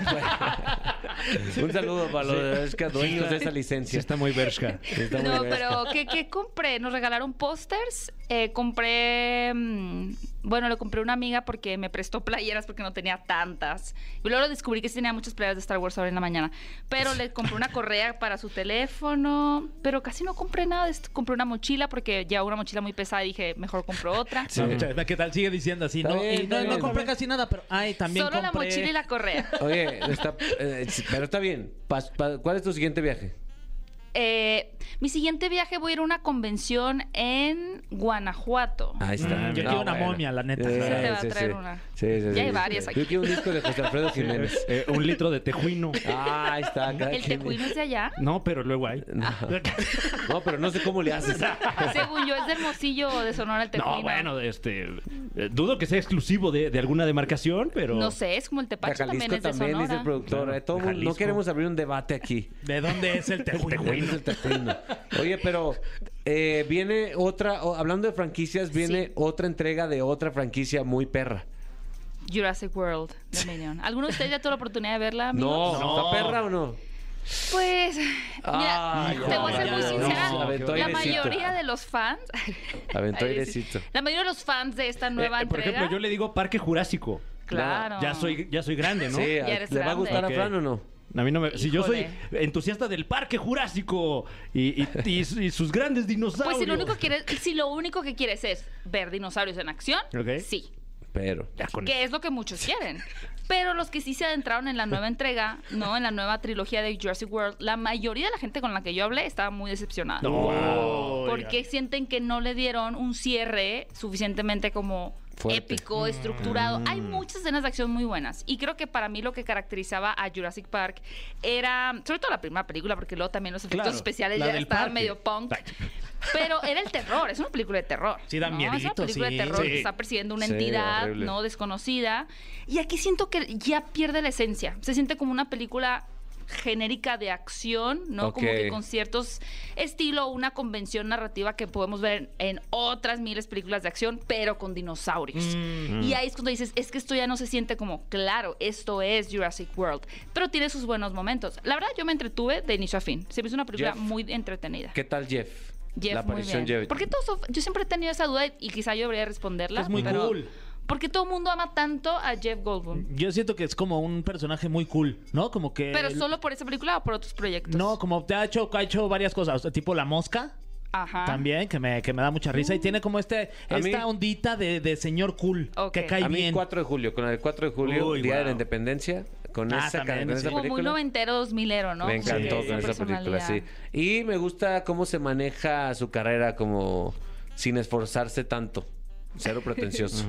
un saludo para los es que dueños de esa licencia.
está muy Bershka.
Está muy
No,
bien.
pero ¿qué, qué compré? Nos regalaron pósters. eh, compré. mm, bueno, lo compré a una amiga porque me prestó playeras porque no tenía tantas. Y luego descubrí que sí tenía muchas playeras de Star Wars ahora en la mañana. Pero le compré una correa para su teléfono. Pero casi no compré nada. de esto. Compré una mochila porque ya una mochila muy pesada y dije, mejor compro otra.
Sí. No, ¿Qué tal? Sigue diciendo así.
Está
No,
bien,
Y no,
está
no
bien.
compré casi nada, pero ay, también
Solo la
compré-
mochila y la correa.
Oye, está- eh, pero está bien. Pas- pa- ¿Cuál es tu siguiente viaje?
Eh, mi siguiente viaje voy a ir a una convención en Guanajuato.
Ahí está.
Mm, yo
No,
quiero una
bueno.
momia, la neta.
Sí,
Sí, te va a
sí,
traer
sí.
una.
Sí, sí,
Ya
sí,
hay
sí.
varias aquí.
Yo quiero un disco de José Alfredo Jiménez.
Eh, un litro de tejuino.
Ah, ahí está. cada
¿El
quien-
tejuino es de allá?
No, pero luego hay.
No, pero no sé cómo le haces.
Según yo, es de Hermosillo o de Sonora el tejuino.
No, bueno, este. eh, Dudo que sea exclusivo de, de alguna demarcación, pero.
No sé, es como el
De
tepache también
Jalisco
es de
también, dice el
Sonora.
productor.
Claro,
eh, todo
de
mundo- no
Jalisco.
queremos abrir un debate aquí.
¿De dónde es el tejuino?
¿Dónde es el tejuino? Oye, pero eh, viene otra, o- hablando de franquicias, viene
Sí.
otra entrega de otra franquicia muy perra.
Jurassic World, Dominion. ¿Alguno de ustedes ya tuvo la oportunidad de verla, amigos?
No, ¿está perra o no?
Pues, mira,
Ah,
te voy a ser
ya,
muy
no,
sincera.
se aventó
la
airecito.
mayoría de los fans...
Aventó
Airecito.
airecito.
La mayoría de los fans de esta
Eh,
nueva
por
entrega...
ejemplo, yo le digo Parque Jurásico.
Claro.
Ya soy, ya soy grande, ¿no?
Sí, ¿le
eres
va a
grande.
gustar
Ok.
a Fran o no?
A mí no me. Si yo soy
Híjole.
entusiasta del Parque Jurásico y, y- y su- y sus grandes dinosaurios.
Pues si lo único que quieres, si lo único que quieres es ver dinosaurios en acción,
Ok.
sí.
Pero.
Ya con
Que es lo que muchos quieren. Pero los que sí se adentraron en la nueva entrega, ¿no? En la nueva trilogía de Jurassic World, la mayoría de la gente con la que yo hablé estaba muy decepcionada.
No.
Porque sienten que no le dieron un cierre suficientemente como
Fuerte.
Mm.
épico, estructurado. Hay muchas escenas de acción muy buenas. Y creo que para mí lo que caracterizaba a Jurassic Park era, sobre todo la primera película, porque luego también los efectos
Claro,
especiales
la
ya
del
estaban
parque.
medio punk.
Exacto.
Pero era el terror, es una película de terror.
Sí, da
¿no? Es una
miedito,
película
sí.
de terror que
Sí.
está persiguiendo una
Sí,
entidad
horrible.
no desconocida. Y aquí siento que ya pierde la esencia. Se siente como una película genérica de acción, ¿no? Como
Ok.
que con ciertos estilo, una convención narrativa que podemos ver en, en otras miles de películas de acción, pero con dinosaurios.
Mm.
Y ahí es cuando dices, es que esto ya no se siente como, claro, esto es Jurassic World, pero tiene sus buenos momentos. La verdad, yo me entretuve de inicio a fin. Se me hizo una película
Jeff.
muy entretenida.
¿Qué tal Jeff?
Jeff,
la
muy
aparición
bien.
Jeff.
¿Por qué todos son- Yo siempre he tenido esa duda y quizá yo debería responderla. pero, Porque todo el mundo ama tanto a Jeff Goldblum.
Yo siento que es como un personaje muy cool, ¿no? Como que.
Pero solo por esa película o por otros proyectos.
No, como te ha hecho, ha hecho varias cosas. o sea, tipo La Mosca.
Ajá.
También, que me, que me da mucha risa. Y tiene como este,
A mí-
esta ondita de, de señor cool
Ok.
que cae
A mí
bien.
4 de julio, con la del 4 de julio,
Uy,
Día de la
wow.
Independencia, con
Ah,
esa,
también,
con esa
sí.
Como muy
película.
noventero, dos milero, ¿no?
Me encantó
Sí,
con
esa
esa película, sí.
personalidad.
Y me gusta cómo se maneja su carrera como sin esforzarse tanto. Cero pretencioso.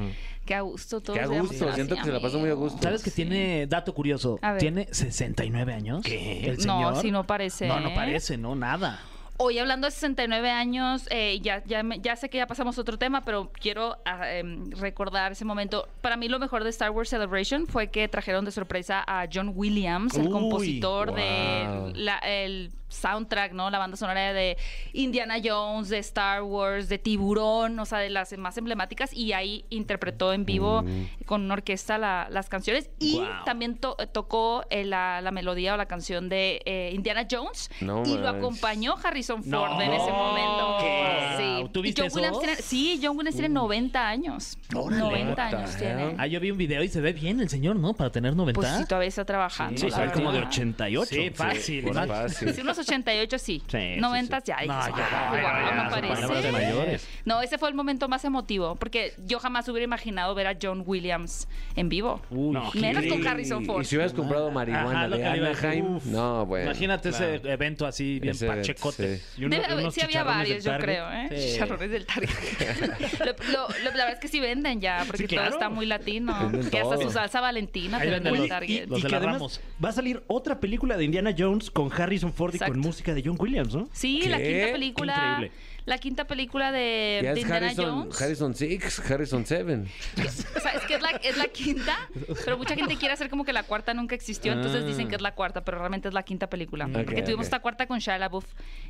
Qué a gusto todo.
Qué a gusto, siento que se la pasa muy a gusto.
¿Sabes que tiene, dato curioso,
A ver.
tiene 69 años? ¿Qué? El señor.
No, sí, no parece.
No, no
¿eh? Pues
parece, no, nada.
Hoy hablando de 69 años, eh, ya, ya, me- ya sé que ya pasamos a otro tema, pero quiero ah, em, recordar ese momento. Para mí lo mejor de Star Wars Celebration fue que trajeron de sorpresa a John Williams, el
Uy,
compositor
wow.
de la- el soundtrack, ¿no? La banda sonora de Indiana Jones, de Star Wars, de Tiburón, o sea, de las más emblemáticas. Y ahí interpretó en vivo con una orquesta la- las canciones. Y
Wow.
también to- tocó eh, la, la melodía o la canción de eh, Indiana Jones.
No
y lo
manches.
acompañó Harrison
No.
Ford en ese momento.
¿Qué?
Sí.
¿Tú
Y
viste
John
eso?
Williams tiene, sí, John Williams tiene 90 años.
Órale.
90
What
años
the
tiene.
hell?
Ah, yo vi un video y se ve bien el señor, ¿no? Para tener 90.
Pues sí, todavía está trabajando.
Ah, Sí,
la
se ve como de
verdad.
88.
Sí, fácil.
Por
¿no?
fácil.
Sí, unos 88 sí.
Sí, sí,
90
sí.
ya. dices,
No, ya,
"Wow,
ya,
wow,
ya,
no
son
parece".
palabras de mayores.
No, ese fue el momento más emotivo, porque yo jamás hubiera imaginado ver a John Williams en vivo.
Uy,
No,
Menos
Y-
con Harrison Ford.
Y si hubieras comprado marihuana
Ajá, lo
de
que le iba a decir.
Anaheim,
Uf.
no, bueno.
Imagínate ese evento así bien
Ese evento,
pachecote.
sí.
Y uno-
Debe haber-
unos
sí había
chicharrones del
varios, yo
Target.
creo, ¿eh?
Sí.
Chicharrones del Target. Lo- lo- lo- la verdad es que sí venden ya, porque
Sí, claro.
todo está muy latino.
Venden
Y hasta
todo.
su salsa valentina
Ahí
te
venden
venden
los-
en
Oye,
el Target.
los
y
de
que
la
además
Ramos.
va a salir otra película de Indiana Jones con Harrison Ford y
Exacto.
con música de John Williams, ¿no?
Sí, la
¿Qué?
quinta película.
Increíble.
La quinta película de,
Ya es
de Eh, Indiana
Harrison,
Jones.
Harrison 6, Harrison 7.
O sea, es que es la, es la quinta, pero mucha gente quiere hacer como que la cuarta nunca existió, entonces
Ah.
dicen que es la cuarta, pero realmente es la quinta película.
Ok,
porque tuvimos
ok.
esta cuarta con Shia LaBeouf,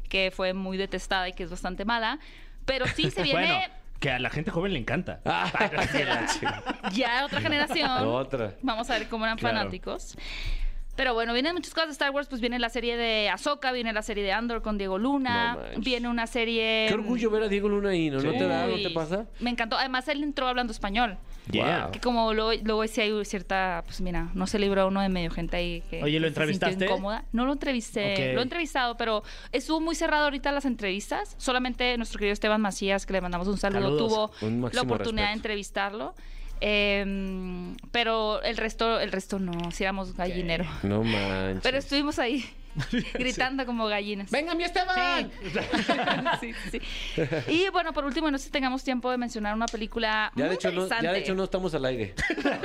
que fue muy detestada y que es bastante mala. Pero sí, se viene
Bueno, que a la gente joven le encanta.
Ah.
ya otra generación.
Otra.
Vamos a ver cómo eran
Claro.
fanáticos. Pero bueno, vienen muchas cosas de Star Wars, pues viene la serie de Ahsoka, viene la serie de Andor con Diego Luna,
No manches.
viene una serie... mm,
Qué orgullo ver a Diego Luna ahí, ¿no? ¿No te da? ¿No te
Uy,
pasa?
Me encantó. Además, él entró hablando español.
Yeah.
Wow.
Que como luego, luego sí hay cierta, pues mira, no se libró uno de medio gente ahí que
Oye, ¿lo
que se sintió
entrevistaste?
incómoda. No lo entrevisté,
Ok.
lo he entrevistado, pero estuvo muy cerrado ahorita las entrevistas. Solamente nuestro querido Esteban Macías, que le mandamos un saludo,
Saludos.
tuvo
Un
la
máximo
oportunidad de
respeto.
entrevistarlo. Eh, pero el resto, el resto no, si éramos gallinero.
No manches.
Pero estuvimos ahí gritando como gallinas.
¡Venga, mi Esteban!
Sí, sí, sí. Y bueno, por último, no sé si tengamos tiempo de mencionar una película
Ya
muy
de, hecho no,
interesante.
ya de hecho no estamos al aire.
Pero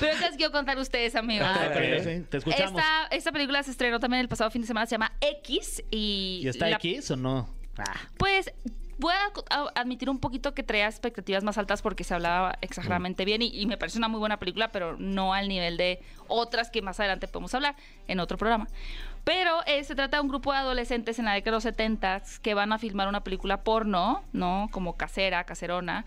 yo les quiero contar a ustedes, amigos.
Ah,
Ok.
pero sí, Te escuchamos.
Esta, esta película se estrenó también el pasado fin de semana, se llama X y...
¿Y está
la-
X o no? Ah,
Pues voy a co- a admitir un poquito que traía expectativas más altas porque se hablaba exageradamente bien y, y me parece una muy buena película, pero no al nivel de otras que más adelante podemos hablar en otro programa. Pero eh, se trata de un grupo de adolescentes en la década de los 70 que van a filmar una película porno, ¿no? Como casera, caserona,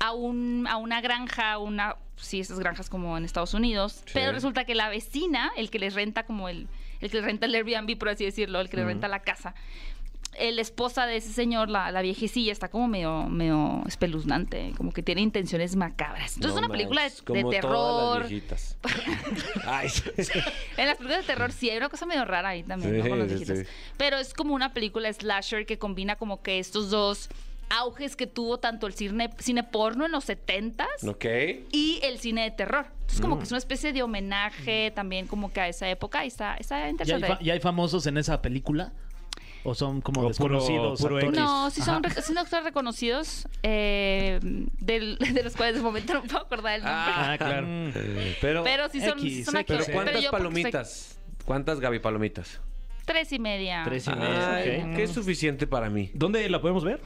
a, un, a una granja, una, sí, esas granjas como en Estados Unidos.
Sí.
Pero resulta que la vecina, el que les renta como el, el que les renta el Airbnb, por así decirlo, el que les renta la casa, el esposa de ese señor, la, la viejecilla, está como medio, medio espeluznante, como que tiene intenciones macabras. Entonces es una película de, de
Como Todas
terror.
las viejitas. Ay, sí.
En las películas de terror sí hay una cosa medio rara ahí también, ¿no?
Sí,
Con los
sí,
viejitos.
sí.
Pero es como una película slasher que combina como que estos dos auges que tuvo tanto el cine, cine porno en los 70s
Ok.
y el cine de terror. Entonces como que es una especie de homenaje también como que a esa época y está, está
¿ya, hay
interesante.
fa- ya hay famosos en esa película? ¿O son como
O puro-
desconocidos?
puro
actores?
No, sí son,
Ajá.
rec- sí son actores reconocidos, eh, del- de los cuales de momento no puedo acordar el nombre.
Ah, claro.
Pero,
pero sí son,
X, X,
son actores.
pero ¿cuántas
yo porque soy
palomitas? ¿Cuántas Gaby palomitas?
Tres y media
Tres y media.
Ay,
ok.
que es suficiente para mí.
¿Dónde la podemos ver?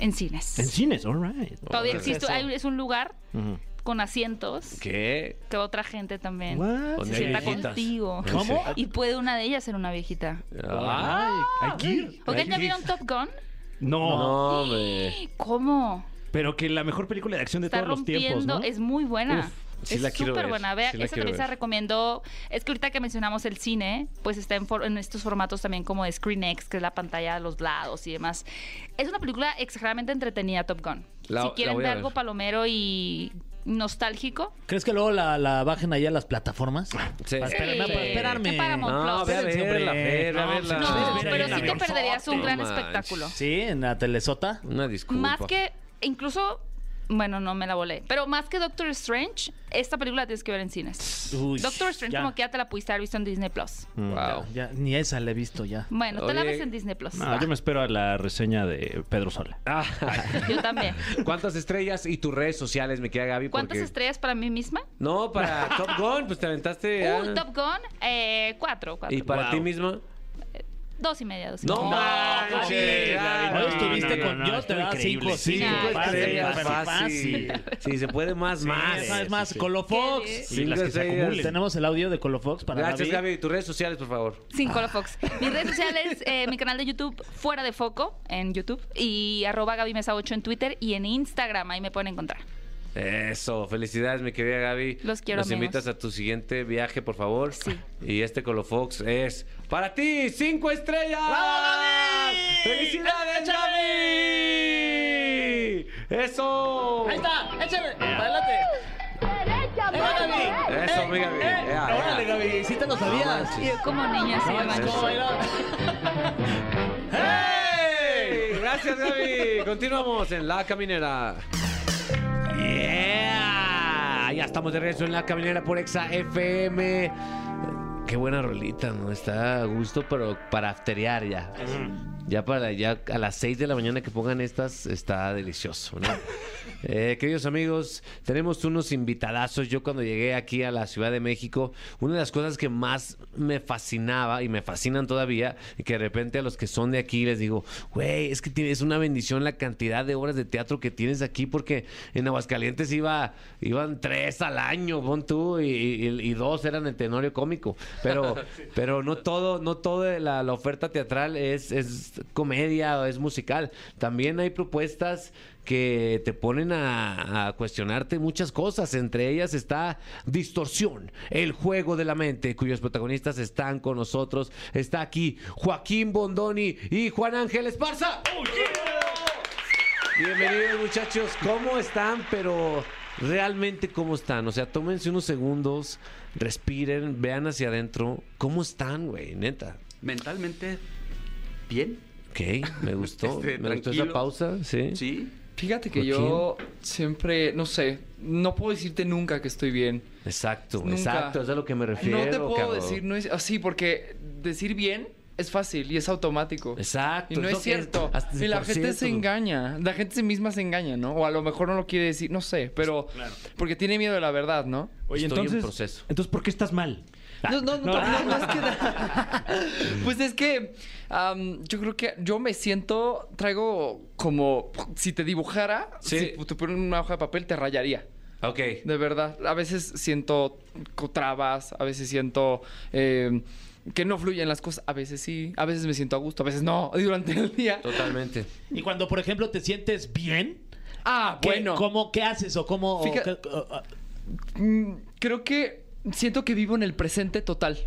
en cines.
En cines, all right.
Todavía
Órale.
existe,
Eso.
hay- es un lugar
Ujú.
con asientos
¿Qué?
que otra gente también
What?
se
Donde hay
sienta
viejitas.
contigo.
¿Cómo?
Y puede una de ellas ser una viejita.
Eh,
Ah,
Ay, hay que ir. Hay
¿Oigan, ya
que ir.
vieron Top Gun?
No,
no, hombre.
¿Cómo?
pero que la mejor película de acción de
Está
todos los tiempos,
rompiendo,
¿no?
es muy buena.
Uf, sí
es
la quiero
súper
ver,
buena. Vea,
sí la
esa
quiero
también se la
ver.
recomiendo. Es que ahorita que mencionamos el cine, pues está en, for- en estos formatos también como de ScreenX, que es la pantalla a los lados y demás. Es una película exageradamente entretenida, Top Gun.
La-
si
la
quieren
voy
ver
a ver.
algo palomero y nostálgico.
¿Crees que luego la, la bajen allá a las plataformas?
Ah.
Sí.
Para esperarme,
Sí.
para esperarme.
En Paramount
No,
Plus.
ve a
Espérense, hombre.
verla, Fer, ve a verla.
Espera,
No, pero
en
sí te
avionzote.
perderías un gran
No manches.
espectáculo.
Sí, en la telesota.
Una disculpa.
Más que, incluso, bueno, no me la volé, pero más que Doctor Strange, esta película la tienes que ver en cines.
Uy,
Doctor Strange
ya.
como que ya te la pudiste haber visto en Disney Plus.
Wow.
Ya, ni esa la he visto ya.
Bueno, te la
Mm. Oye,
ves en Disney Plus.
No, yo me espero a la reseña de Pedro Sola.
Ah,
Yo también.
¿Cuántas estrellas y tus redes sociales, mi querida Gaby?
¿Cuántas
Porque-
estrellas para mí misma?
No, para Top Gun, pues te aventaste. ah.
Uy, Top Gun, eh, cuatro, cuatro.
¿Y para
Wow.
ti misma?
Dos y media, dos y
No,
media.
Ah, manches,
Gaby,
Gaby.
hoy estuviste
no, no,
con
no,
yo, te
estuvo
daba
increíble.
cinco, cinco
Cinco
estrellas,
estrellas, fácil. Sí, se puede más, más.
Sí, es más,
sí, sí.
Colofox.
Qué
Cinco
las que se
estrellas.
acumulen.
Tenemos el audio de Colofox para
Gracias,
David.
Gaby. Tus redes sociales, por favor.
Sin Colofox. Mis redes sociales, eh, mi canal de YouTube, Fuera de Foco, en YouTube, y arroba Gaby Mesa 8 en Twitter y en Instagram, ahí me pueden encontrar.
Eso, felicidades, mi querida Gaby.
Los quiero,
Nos
amigos.
invitas a tu siguiente viaje, por favor.
Sí.
Y este Colofox es para ti, cinco estrellas. ¡Felicidades, Gaby! ¡Eso!
Ahí está, échale, adelante. ¡Eh, Gaby!
Eso, mi Gaby.
Eh,
Ea, ea.
órale, Gaby, sí te lo sabías.
Yo como niña se
No,
llama.
manches,
eso.
¿cómo bailaba?
¡Hey! Gracias, Gaby. Continuamos en La Caminera. ¡Yeah! Ya estamos de regreso en La Caminera por Exa FM. Qué buena rolita, ¿no? Está a gusto, pero para afterear ya. Ya para ya a las 6 de la mañana que pongan estas, está delicioso, ¿no? Eh, queridos amigos, tenemos unos invitadazos. Yo cuando llegué aquí a la Ciudad de México, una de las cosas que más me fascinaba y me fascinan todavía, y que de repente a los que son de aquí les digo, güey, es que tiene- es una bendición la cantidad de obras de teatro que tienes aquí, porque en Aguascalientes iba, iban tres al año, pon tú, y, y- y dos eran el tenorio cómico. Pero, pero no todo, no toda la, la oferta teatral es, es comedia o es musical. También hay propuestas que te ponen a, a cuestionarte muchas cosas. Entre ellas está Distorsión, el juego de la mente, cuyos protagonistas están con nosotros. Está aquí Joaquín Bondoni y Juan Ángel Esparza. Bienvenidos muchachos, ¿cómo están? Pero realmente cómo están, o sea, tómense unos segundos, respiren, vean hacia adentro, ¿cómo están, güey? Neta.
Mentalmente, bien.
Ok, me gustó,
Este,
me gustó esa
tranquilos.
pausa, ¿sí?
Sí. Fíjate que
Joaquín.
yo siempre, no sé, no puedo decirte nunca que estoy bien.
Exacto,
Nunca.
exacto, es a lo que me refiero.
no te puedo
cabrón.
decir, no es así, porque decir bien es fácil y es automático.
Exacto.
Y no
es
es,
lo que es,
cierto.
hasta
y la
por
gente
cierto.
se engaña. La gente sí misma se engaña, ¿no? O a lo mejor no lo quiere decir, no sé, pero porque tiene miedo de la verdad, ¿no?
Oye,
Estoy en
entonces,
proceso.
entonces, ¿por qué estás mal?
No, no, no, no, no, es que nada. Pues es que am, yo creo que yo me siento, traigo como si te dibujara,
Sí.
si te ponen una hoja de papel, te rayaría.
Ok.
De verdad. A veces siento co- trabas, a veces siento eh, que no fluyen las cosas, a veces sí, a veces me siento a gusto, a veces no, durante el día.
Totalmente.
Y cuando, por ejemplo, te sientes bien,
Ah,
¿qué,
bueno.
¿cómo qué haces o cómo? o
Fija-
qué- o- o-
Mm, creo que siento que vivo en el presente total.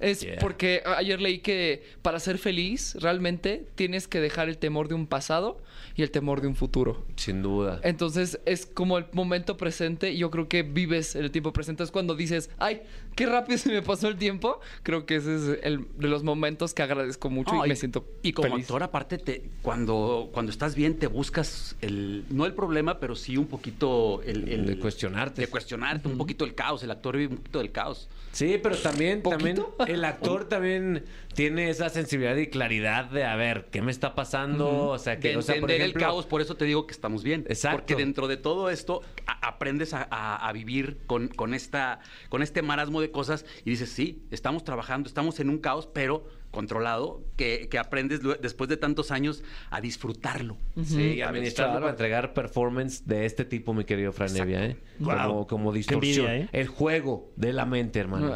Es
Yeah.
porque a- ayer leí que para ser feliz realmente tienes que dejar el temor de un pasado y el temor de un futuro.
Sin duda.
Entonces es como el momento presente y yo creo que vives el tiempo presente. Es cuando dices, ay, qué rápido se me pasó el tiempo. Creo que ese es el de los momentos que agradezco mucho
No,
y me siento
y como
feliz.
actor aparte te cuando cuando estás bien te buscas el no el problema pero sí un poquito el, el-
De cuestionarte.
de cuestionarte un poquito el caos el actor vive un poquito del caos
Sí, pero también, también
¿Poquito?
el actor también tiene esa sensibilidad y claridad de a ver qué me está pasando, o sea que
de
o sea,
entender
por
el
ejemplo,
caos por eso te digo que estamos bien
Exacto.
porque dentro de todo esto a- aprendes a, a- a vivir con, con esta con este marasmo de cosas y dices sí estamos trabajando estamos en un caos pero controlado que, que aprendes lue- después de tantos años a disfrutarlo
Sí, administrarlo
Administrarlo.
para entregar performance de este tipo, mi querido Franevia, ¿eh? Como,
Guau.
como
Qué
distorsión.
envidia, ¿eh?
El juego de la mente, hermano.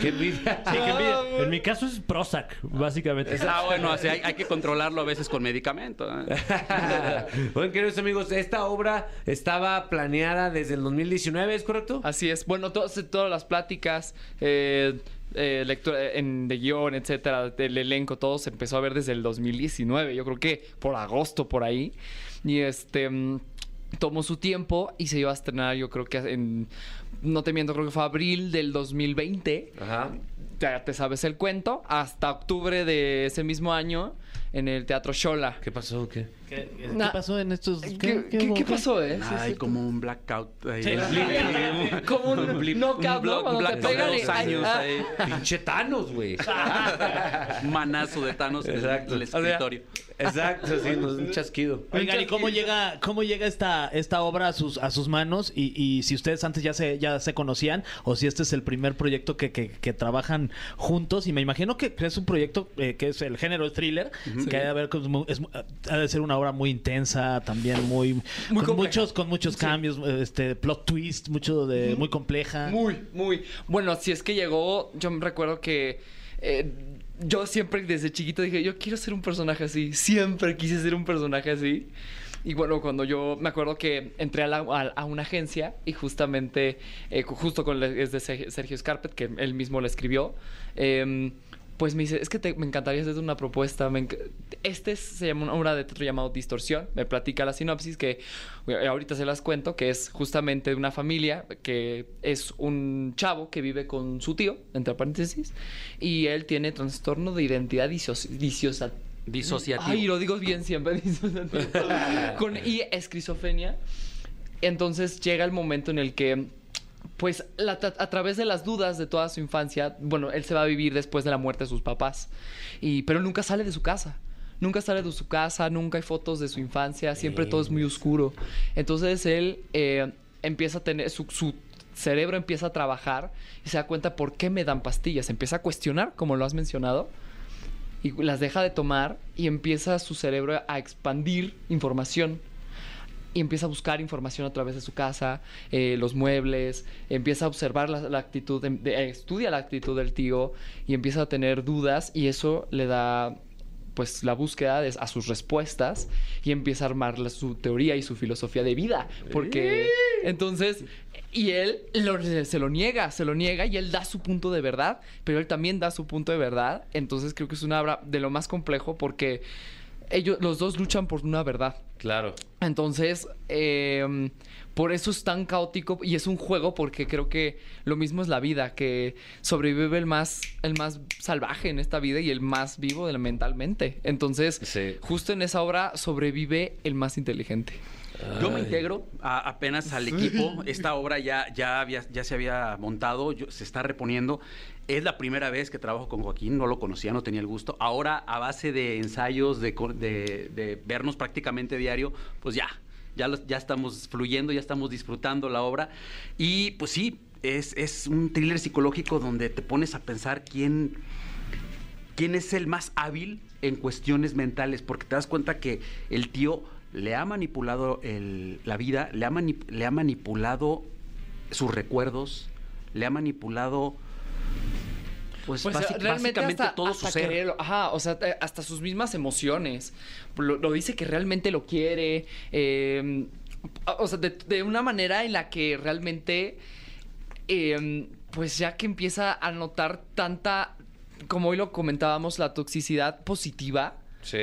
Qué envidia. Ah,
Sí, que en, mi, en mi caso es Prozac, básicamente.
Ah, bueno, así hay, hay que controlarlo a veces con medicamento. ¿eh?
Bueno, queridos amigos, esta obra estaba planeada desde el 2019, ¿es correcto?
Así es. Bueno, todas, todas las pláticas, eh, eh, lectura en, de guión, etcétera, del elenco, todo se empezó a ver desde el 2019. Yo creo que por agosto, por ahí. Y este. mm, Tomó su tiempo y se iba a estrenar, yo creo que en. No te miento, creo que fue abril del 2020.
Ajá.
Ya te sabes el cuento. Hasta octubre de ese mismo año en el Teatro Shola.
¿Qué pasó? ¿Qué?
¿Qué, qué
Na-
pasó en estos.?
¿Qué, qué- qué pasó, eh? Sí,
Ay,
sí.
como un blackout. ahí.
Sí.
Un-
Como un
blip-
knockout,
blo-
¿no? Cuando te
blackout de
pegan y-
dos
ay,
años
ah.
ahí.
Pinche Thanos, güey.
Un Manazo de Thanos en el- en el
O sea,
escritorio.
exacto, sí, nos- un chasquido.
Oigan, ¿y cómo llega, cómo llega esta, esta obra a sus, a sus manos? Y, y si ustedes antes ya se, ya se conocían o si este es el primer proyecto que, que- que trabajan juntos. Y me imagino que es un proyecto eh, que es el género thriller, que ha de, haber, como- es mu- ha de ser una obra muy intensa, también muy... con,
compleja.
muchos, con muchos cambios, eh, este plot twist, mucho de, muy compleja.
Muy, muy. Bueno, así es que llegó. Yo me recuerdo que. eh, yo siempre desde chiquito dije, yo quiero ser un personaje así. Siempre quise ser un personaje así. Y bueno, cuando yo me acuerdo que entré a, la- a- a una agencia y justamente, eh, cu- justo con la- es de Se- Sergio Scarpet, que él mismo la escribió, em, pues me dice, es que te- me encantaría hacerte una propuesta. me enc- este es- se llama una obra de teatro llamado Distorsión. Me platica la sinopsis que eh, ahorita se las cuento, que es justamente de una familia que es un chavo que vive con su tío, entre paréntesis, y él tiene trastorno de identidad disoci- disocia-
Disociativo.
Ay, lo digo bien siempre. disociativo. Con, y esquizofrenia. Entonces llega el momento en el que, pues, la tra- a través de las dudas de toda su infancia, bueno, él se va a vivir después de la muerte de sus papás. Y, pero nunca sale de su casa. Nunca sale de su casa, nunca hay fotos de su infancia, siempre todo es muy oscuro. Entonces él eh, empieza a tener su, su cerebro empieza a trabajar y se da cuenta por qué me dan pastillas. Empieza a cuestionar, como lo has mencionado y las deja de tomar y empieza su cerebro a expandir información. Y empieza a buscar información a través de su casa, eh, los muebles, empieza a observar la, la actitud, de- de- eh, estudia la actitud del tío y empieza a tener dudas y eso le da pues la búsqueda de- a sus respuestas y empieza a armar la- su teoría y su filosofía de vida. Porque entonces, y él lo- se lo niega, se lo niega y él da su punto de verdad, pero él también da su punto de verdad. Entonces creo que es una obra de lo más complejo porque ellos, los dos luchan por una verdad.
Claro.
Entonces, eh, por eso es tan caótico y es un juego porque creo que lo mismo es la vida, que sobrevive el más, el más salvaje en esta vida y el más vivo de la- mentalmente. Entonces,
Sí.
justo en esa obra sobrevive el más inteligente.
Yo me integro a- apenas al equipo. Esta obra ya, ya, había, ya se había montado, yo- se está reponiendo. Es la primera vez que trabajo con Joaquín, no lo conocía, no tenía el gusto. Ahora, a base de ensayos, de, co- de- de vernos prácticamente diario, pues ya, ya, los- ya estamos fluyendo, ya estamos disfrutando la obra. Y pues sí, es, es un thriller psicológico donde te pones a pensar quién, quién es el más hábil en cuestiones mentales, porque te das cuenta que el tío le ha manipulado el- la vida, le ha, mani- le ha manipulado sus recuerdos, le ha manipulado pues,
Pues
basi-
realmente
básicamente
hasta,
todo
hasta
su ser.
quererlo, ajá, o sea, te- hasta sus mismas emociones. Lo, lo dice que realmente lo quiere. eh, o sea, de, de una manera en la que realmente. eh, pues ya que empieza a notar tanta. Como hoy lo comentábamos, la toxicidad positiva
Sí.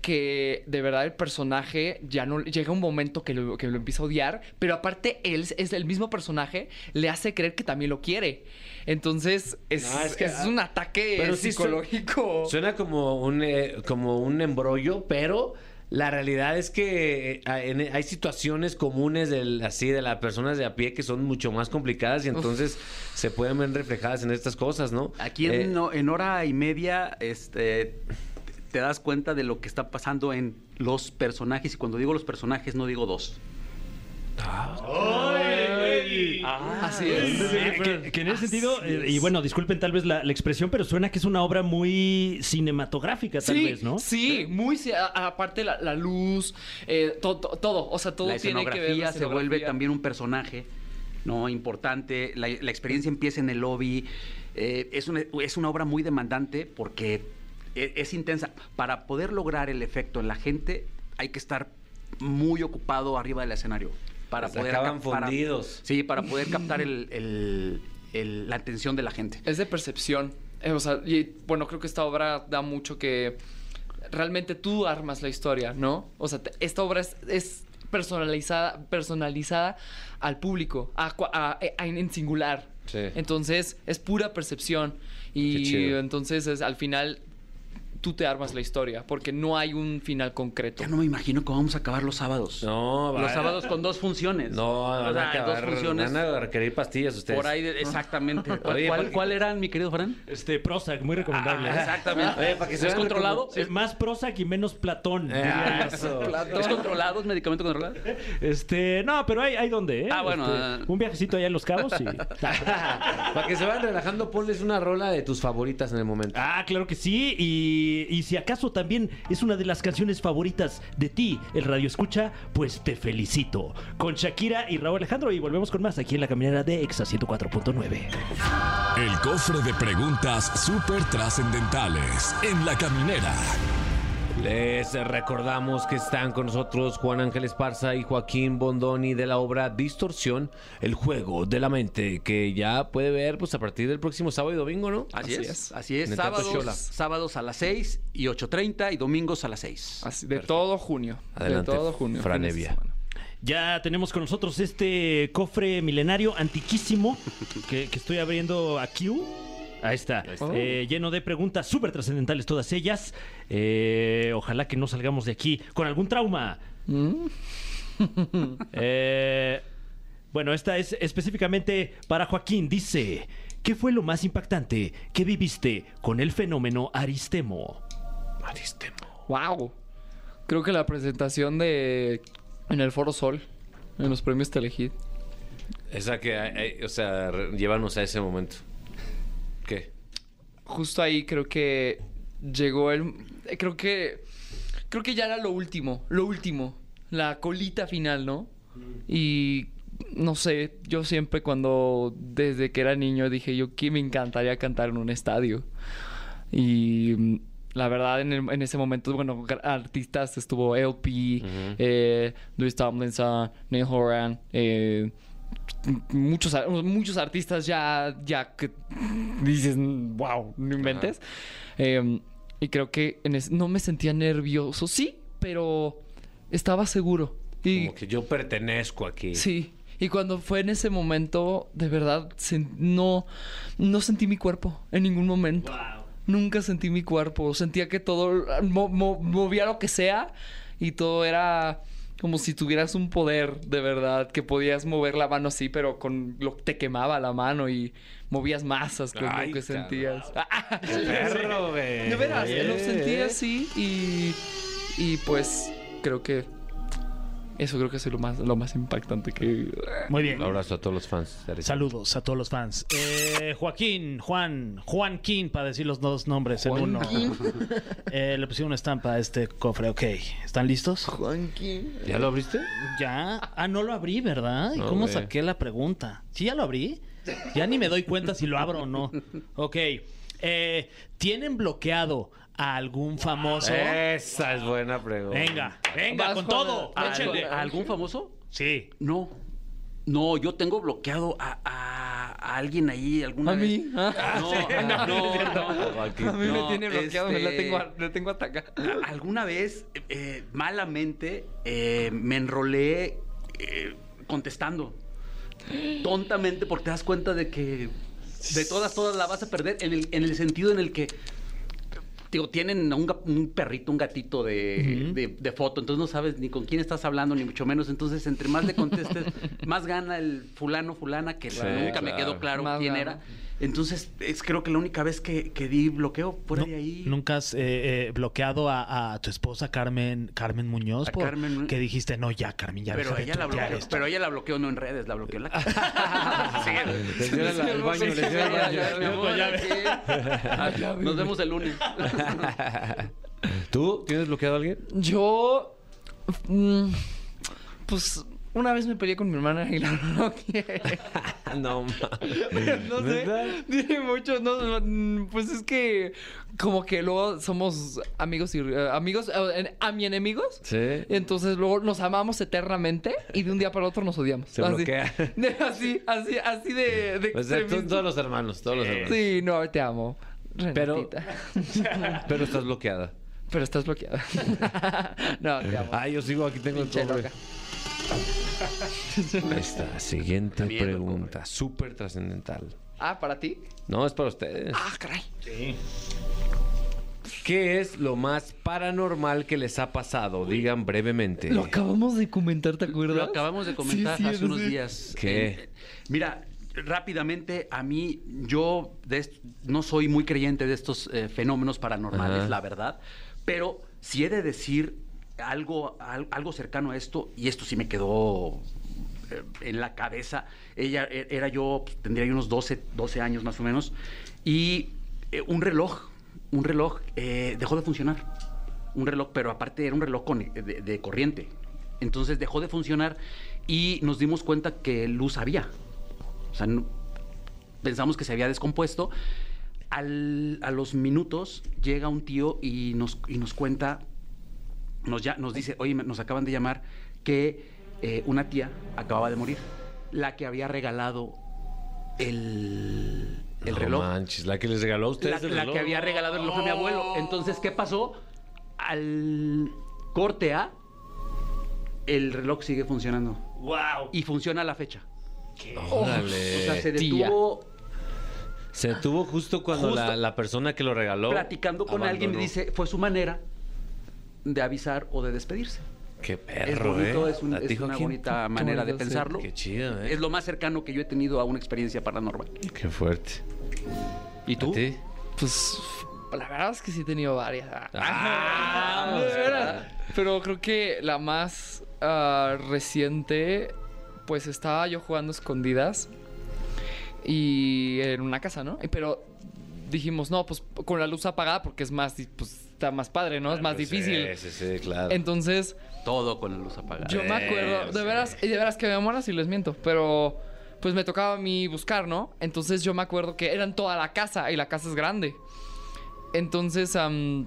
que de verdad el personaje ya no llega un momento que lo, que lo empieza a odiar, pero aparte él es el mismo personaje, le hace creer que también lo quiere. Entonces es,
No, es
es,
que- ah,
un ataque
Pero sí su-
psicológico.
Suena como un, eh, como un embrollo, pero la realidad es que eh, hay- en- hay situaciones comunes del, así de las personas de a pie que son mucho más complicadas y entonces se pueden ver reflejadas en estas cosas, ¿no?
Aquí en,
Eh,
no- en hora y media este, te das cuenta de lo que está pasando en los personajes, y cuando digo los personajes no digo dos.
Así es.
Ah,
Eh, que, que en ese sentido, eh, y bueno, disculpen tal vez la, la expresión, pero suena que es una obra muy cinematográfica, tal
sí,
vez, ¿no?
sí, muy ci- a- a- aparte la, la luz, eh, to- to- todo, o sea, todo
la
tiene que
escenografía
ver. la
se vuelve
escenografía.
también un personaje no importante la, la experiencia empieza en el lobby
eh, es, una, es una obra muy demandante porque e- es, intensa. Para poder lograr el efecto en la gente hay que estar muy ocupado arriba del escenario. Para
Se
poder
acaban
cap- para-
fundidos.
sí, para poder captar el- el- el- la atención de la gente.
Es de percepción. Eh, o sea, y bueno, creo que esta obra da mucho que realmente tú armas la historia, ¿no? O sea, te- esta obra es, es personalizada, personalizada al público, a cua- a- eh, a- en singular.
Sí.
Entonces, es pura percepción.
Qué
Y
chido.
entonces, es, al final, tú te armas la historia, porque no hay un final concreto.
Ya no me imagino cómo vamos a acabar los sábados.
No,
Los sábados con dos funciones.
No, van
O sea,
a acabar,
dos funciones.
van a requerir pastillas ustedes.
Por ahí, de- exactamente. ¿Cuál,
Oye,
cuál-
porque-
cuál eran, mi querido Fran?
Este, Prozac, muy recomendable.
Ah, exactamente. Oye, para que se ¿Es vean controlado? Ah, como-
Sí, más Prozac y menos Platón.
Ah,
diría yo.
¿Es controlado? ¿Es medicamento controlado?
Este, no, pero hay, hay donde, ¿eh?
Ah, bueno,
Este,
ah.
un viajecito allá en Los Cabos y...
Para que se vayan relajando, ponles una rola de tus favoritas en el momento.
Ah, claro que sí. Y, y si acaso también es una de las canciones favoritas de ti, el Radio Escucha, pues te felicito. Con Shakira y Raúl Alejandro. Y volvemos con más aquí en la caminera de Exa 104.9.
El cofre de preguntas súper trascendentales en la caminera.
Les Pues, eh, recordamos que están con nosotros Juan Ángel Esparza y Joaquín Bondoni de la obra Distorsión, el juego de la mente, que ya puede ver pues a partir del próximo sábado y domingo, ¿no?
Así, es. Así
En
es.
el Teatro Xola.
Sábados, sábados a las 6 y 8.30 y domingos a las 6.
Así, de todo junio.
Adelante,
de todo junio.
Fran
fines de
Evia.
semana.
Ya tenemos con nosotros este cofre milenario antiquísimo que, que estoy abriendo aquí. Ahí está. Eh, lleno de preguntas súper trascendentales todas ellas. Eh, ojalá que no salgamos de aquí con algún trauma.
Mm.
Eh, bueno, esta es específicamente para Joaquín. Dice, ¿qué fue lo más impactante que viviste con el fenómeno Aristemo?
Wow. Creo que la presentación de en el Foro Sol, en los premios Telehit.
Esa que, eh, eh, o sea, re- llévanos a ese momento. ¿Qué?
Justo ahí creo que llegó el eh, creo que creo que ya era lo último, lo último, la colita final, ¿no? Y no sé, yo siempre cuando desde que era niño dije yo que me encantaría cantar en un estadio. Y mm, la verdad, en, el- en ese momento, bueno, gra- artistas estuvo LP, eh, Luis Tomlinson, Neil Horan, eh, m- muchos, ar- muchos artistas ya, ya que dices, wow, no inventes. Eh, y creo que en ese- no me sentía nervioso, sí, pero estaba seguro. Y
Como que yo pertenezco aquí.
Sí. Y cuando fue en ese momento, de verdad, sen- no, no sentí mi cuerpo en ningún momento. Nunca sentí mi cuerpo. Sentía que todo mo- mo- movía lo que sea y todo era como si tuvieras un poder de verdad, que podías mover la mano así, pero con lo te quemaba la mano y movías masas con
Ay,
lo que
cabrón.
sentías.
Perro, güey.
De veras, lo sentí
Eh.
así y, y pues creo que eso creo que es lo más, lo más impactante que...
Muy bien.
Un abrazo a todos los fans. de Arizona.
Saludos a todos los fans. Eh, Joaquín, Juan, Juanquín, para decir los dos nombres en uno. Eh, le pusieron una estampa a este cofre, ok. ¿Están listos?
¿Ya lo abriste?
Ya. Ah, no lo abrí, ¿verdad? ¿Y
No,
cómo
güey.
saqué la pregunta? ¿Sí ya lo abrí? Ya ni me doy cuenta si lo abro o no. Ok. Eh, ¿Tienen bloqueado a algún famoso?
Eh.
Esa es buena pregunta.
Venga, venga,
Vas,
con
Juan,
todo.
vas,
Échenle.
¿A algún famoso?
Sí.
No. No, yo tengo bloqueado a, a- a alguien ahí alguna
¿A
vez.
mí? Ah,
No,
sí,
no, no.
Aquí.
A mí
No,
me tiene bloqueado, me la
este-
tengo, a- la tengo atacada.
A- Alguna vez, eh, eh, malamente, eh, me enrolé eh, contestando. Tontamente, porque te das cuenta de que de todas, todas la vas a perder en el, en el sentido en el que. Digo, tienen a un, ga- un perrito, un gatito de, de- de foto, entonces no sabes ni con quién estás hablando, ni mucho menos. Entonces, entre más le contestes, más gana el fulano, fulana, que
Sí,
nunca me
claro.
quedó claro
Más
quién
gana.
era. Entonces, es creo que la única vez que, que di bloqueo, por
Nu-
ahí.
¿Nunca has eh, eh, bloqueado a, a tu esposa Carmen Carmen Muñoz?
A
por-
Carmen Mu-
que dijiste, no, ya, Carmen, ya
pero
deja de
ella la
tuitear
bloqueó,
esto.
pero ella la bloqueó no en redes, la bloqueó en la casa.
Les dio la- el baño, les dio el baño.
Ya, mi amor,
Ah,
aquí. Nos vemos el lunes.
¿Tú tienes bloqueado a alguien?
Yo... mm, Pues Una vez me peleé con mi hermana y la verdad no quiere.
no,
no sé. Tiene muchos, no, mm, pues es que como que luego somos amigos y eh, amigos, eh, en- a mi enemigos.
Sí.
Entonces luego nos amamos eternamente y de un día para otro nos odiamos.
Se
así.
bloquea.
De- así, así, así de, de
O sea, tú-
extremismo.
Pues todos los hermanos, todos los hermanos.
Sí, no, te amo.
Pero-
Renatita.
Pero estás bloqueada.
Pero estás bloqueada. no, te amo.
Ah, yo sigo aquí, tengo el
Pinche
cobre.
loca.
Ahí está. Siguiente pregunta, súper trascendental.
Ah, para ti.
No, es para ustedes.
Ah, caray.
¿Qué es lo más paranormal que les ha pasado? Digan brevemente.
Lo acabamos de comentar, ¿te acuerdas?
Lo acabamos de comentar
Sí, sí,
hace
sí,
unos
sí.
días.
¿Qué?
Eh, mira, rápidamente, a mí, yo de est- no soy muy creyente de estos eh, fenómenos paranormales,
Ajá.
la verdad, pero si he de decir algo, al- algo cercano a esto, y esto sí me quedó eh, en la cabeza, ella e- era yo, pues, tendría yo unos 12, 12 años más o menos, y eh, un reloj, un reloj eh, dejó de funcionar un reloj, pero aparte era un reloj con- de, de corriente. Entonces dejó de funcionar y nos dimos cuenta que luz había. O sea, no- pensamos que se había descompuesto. Al- a los minutos llega un tío y nos, y nos cuenta, nos, ya, nos dice, oye, me- nos acaban de llamar que eh, una tía acababa de morir, la que había regalado el, el
No
reloj
manches, la que les regaló a
la,
ustedes el
la
reloj.
que había regalado el reloj a mi abuelo. Entonces, ¿qué pasó? Al corte A, el reloj sigue funcionando.
¡Wow!
Y funciona a la fecha.
Órale.
O sea, se
Tía.
detuvo
Se detuvo justo cuando
Justo.
La, la persona que lo regaló.
platicando con alguien y
abandonó.
dice, fue su manera de avisar o de despedirse.
Qué
es
perro,
bonito,
¿eh?
es, un-
La
es
dijo
una
aquí.
bonita
Qué
manera de
bonito, sí.
pensarlo.
Qué chido, ¿eh?
Es lo más cercano que yo he tenido a una experiencia paranormal.
Qué fuerte.
¿Y tú?
¿A ti?
Pues la verdad es que sí he tenido varias.
Ah,
Ah, de veras. Pero creo que la más ah, reciente, pues estaba yo jugando escondidas y en una casa, ¿no? Y- Pero dijimos, no, pues con la luz apagada porque es más, di- pues está más padre, ¿no? es más
pues,
difícil.
Sí, sí, sí, claro.
Entonces,
Todo con la luz apagada.
yo me acuerdo,
sí.
de veras, y de veras que me mueras y les miento, pero pues me tocaba a mí buscar, ¿no? Entonces yo me acuerdo que eran toda la casa y la casa es grande. Entonces am,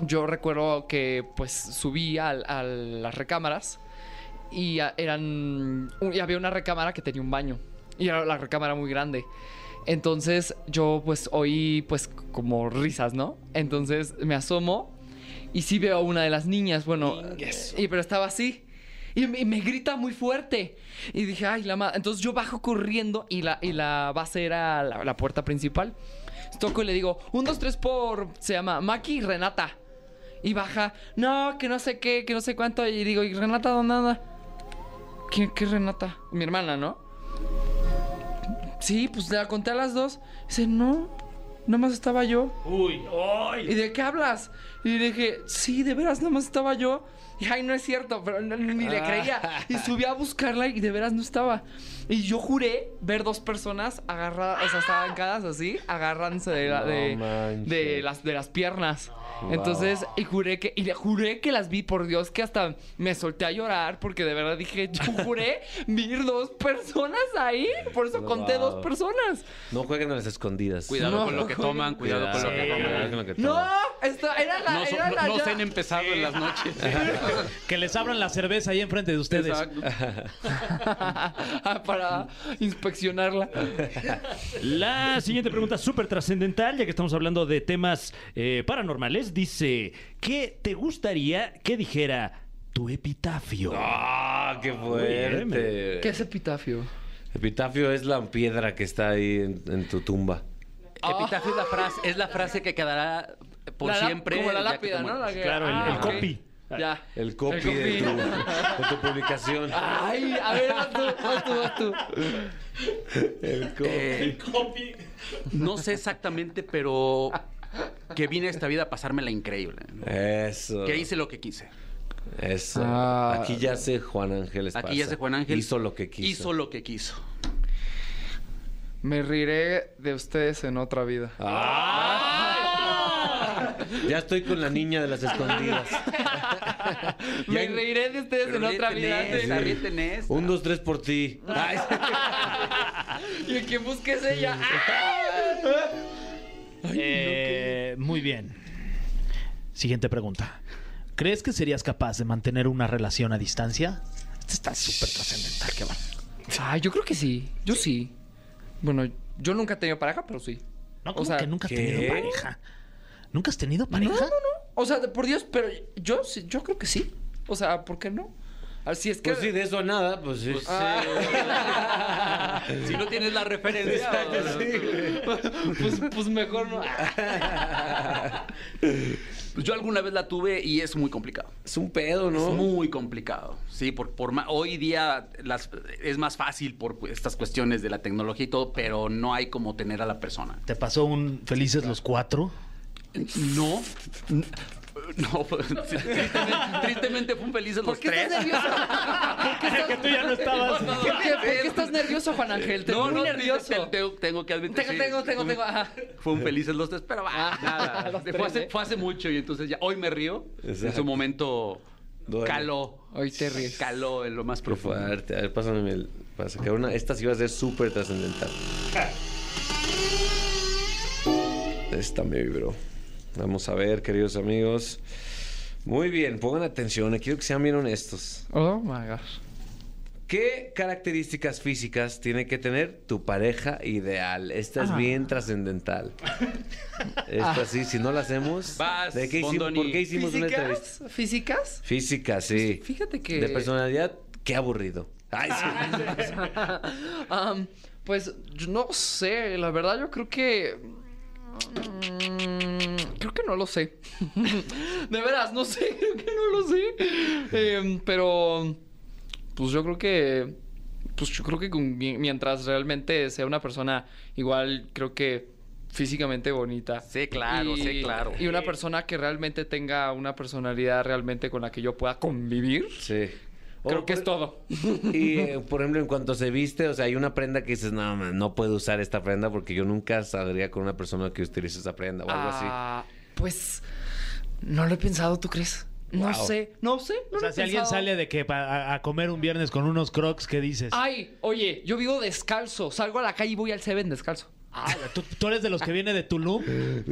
yo recuerdo que pues subí al- a las recámaras y a- eran un- y había una recámara que tenía un baño y era la recámara muy grande. Entonces yo pues oí pues como risas, ¿no? Entonces me asomo y sí veo a una de las niñas, bueno, y pero estaba así. Y me, y me grita muy fuerte. Y dije, ay, la madre. Entonces yo bajo corriendo y la, y la base era la, la puerta principal. Toco y le digo, un, dos, tres por... Se llama Maki y Renata. Y baja, no, que no sé qué, que no sé cuánto. Y digo, ¿y Renata dónde anda? ¿Qué, qué Renata? Mi hermana, ¿no? Sí, pues la conté a las dos. Dice, no, nada más estaba yo.
¡Uy! ¡Ay!
¿Y de qué hablas? Y le dije, sí, de veras, nada más estaba yo. Y ay, no es cierto, pero no- ni
Ah.
le creía. Y subí a buscarla y de veras no estaba. Y yo juré ver dos personas agarradas, o sea, estaban cadas así, agarrándose de, la-
No
de-
manches.
de las, de las piernas. Entonces, y juré que, y le juré que las vi, por Dios, que hasta me solté a llorar, porque de verdad dije, yo juré ver dos personas ahí. Por eso conté
Wow.
dos personas.
No jueguen a las escondidas.
Cuidado
No.
con lo que toman, cuidado con lo que
Cuidado
toman.
con lo que
No,
toman.
esto era la.
No, so-
era la
no
ya-
se han empezado en las noches.
Que les abran la cerveza ahí enfrente de ustedes.
Exacto.
Ah, para inspeccionarla.
La siguiente pregunta súper trascendental, ya que estamos hablando de temas eh, paranormales, dice, ¿qué te gustaría que dijera tu epitafio?
¡Ah, qué fuerte!
¿Qué es epitafio?
Epitafio es la piedra que está ahí en, en tu tumba.
Epitafio es la frase, es la frase que quedará por
Ah. La láp-
siempre.
Como la
ya que te
lápida, ¿no?
mueras.
La que- Ah,
Claro, el- el
ok.
copy.
Ya.
El copy, De, tu, de tu publicación.
Ay, a ver, haz tú, haz tú, haz tú.
El copy.
Eh, no sé exactamente, pero que vine a esta vida a pasármela increíble. ¿no?
Eso.
Que hice lo que quise.
Eso.
Ah.
Aquí yace Juan Ángel Esparza.
Aquí ya se Juan Ángel.
Hizo lo que quiso.
Hizo lo que quiso.
Me riré de ustedes en otra vida.
¡Ah!
Ya estoy con la niña de las escondidas.
Me reiré de ustedes en
Pero
otra
ríete
vida.
en esta, ríete en esta.
Un, dos, tres por ti. Ay,
Y el que busque es ella.
Eh, Muy bien. Siguiente pregunta. ¿Crees que serías capaz de mantener una relación a distancia? Esta está súper trascendental, qué bárbaro.
Ah, yo creo que sí. Yo sí. Bueno, yo nunca he tenido pareja, pero sí.
No,
O
como
sea,
que nunca has
¿qué?
tenido pareja. ¿Nunca has tenido
No,
pareja?
no, no. O sea, de- por Dios, pero yo sí- yo creo que sí. O sea, ¿por qué no? Así es que.
Pues sí, de eso a nada, pues sí.
Ah.
Si no tienes la referencia.
Exacto, sí.
pues, pues mejor no.
Pues Yo alguna vez la tuve y es muy complicado.
Es un pedo, ¿no?
Es muy complicado. Sí, por, por ma- hoy día las- es más fácil por cu- estas cuestiones de la tecnología y todo, pero no hay como tener a la persona.
¿Te pasó un felices los cuatro?
No. n- No, pues, sí, tristemente, tristemente fue un feliz los
¿Por qué
tres.
estás nervioso? ¿Por qué estás...
que tú ya no estabas.
No, no, no. ¿Por qué, por qué estás nervioso, Juan Ángel? Te
No,
muy
no,
nervioso.
te- te- Tengo, tengo que admitir.
Tengo,
sí,
tengo, tengo,
fue-
tengo, ajá. Ah,
Fue un felices los tres, pero va, nada.
los
Fue,
tres,
hace,
¿eh?
fue hace mucho y entonces ya hoy me río. En
Exacto.
su momento
Duele.
caló.
Hoy te ríes.
Caló en lo más
Qué
profundo.
fuerte. A ver, pásame el. Para sacar una. Esta sí va a ser súper trascendental. Esta me vibró. Vamos a ver, queridos amigos. Muy bien, pongan atención. eh, Quiero que sean bien honestos.
Oh my gosh.
¿Qué características físicas tiene que tener tu pareja ideal? Esta
Ah.
es bien trascendental. Esta sí, si no la hacemos.
Vas,
¿de qué hicimos,
Bondoni.
¿Por qué hicimos una entrevista?
¿Físicas? ¿Físicas?
Física, sí.
Fíjate que-
De personalidad, qué aburrido. Ay, sí.
Am, pues yo no sé, la verdad yo creo que... mm, Creo que no lo sé. De veras, no sé, creo que no lo sé. Em, pero, pues yo creo que... Pues yo creo que con- mi- mientras realmente sea una persona igual, creo que físicamente bonita.
Sí, claro, sí, claro.
Y una persona que realmente tenga una personalidad realmente con la que yo pueda convivir.
Sí.
Creo
O-
que es todo.
Y, eh, por ejemplo, en cuanto se viste, o sea, hay una prenda que dices, no, man, no puedo usar esta prenda porque yo nunca saldría con una persona que utilice esa prenda o algo así.
Ah, Pues no lo he pensado, ¿tú crees? No
Wow.
sé, no sé. No
O sea,
lo he
si alguien
pensado.
sale de que pa- a, a comer un viernes con unos crocs, ¿qué dices?
Ay, oye, yo vivo descalzo. Salgo a la calle y voy al Seven descalzo.
Ah, ¿tú, tú eres de los que viene de Tulum.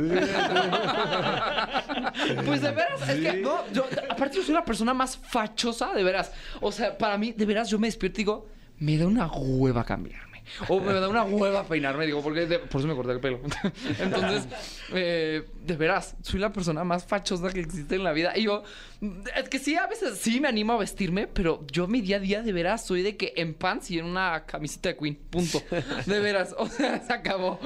pues de veras, es que no, yo, aparte yo soy la persona más fachosa, de veras. O sea, para mí, de veras, yo me despierto y digo, me da una hueva cambiarme. O me da una hueva peinarme, digo, porque de- por eso me corté el pelo. Entonces, eh, de veras, soy la persona más fachosa que existe en la vida. Y yo, es que sí, a veces sí me animo a vestirme, pero yo mi día a día, de veras, soy de que en pants y en una camiseta de Queen, punto. De veras, o sea, se acabó.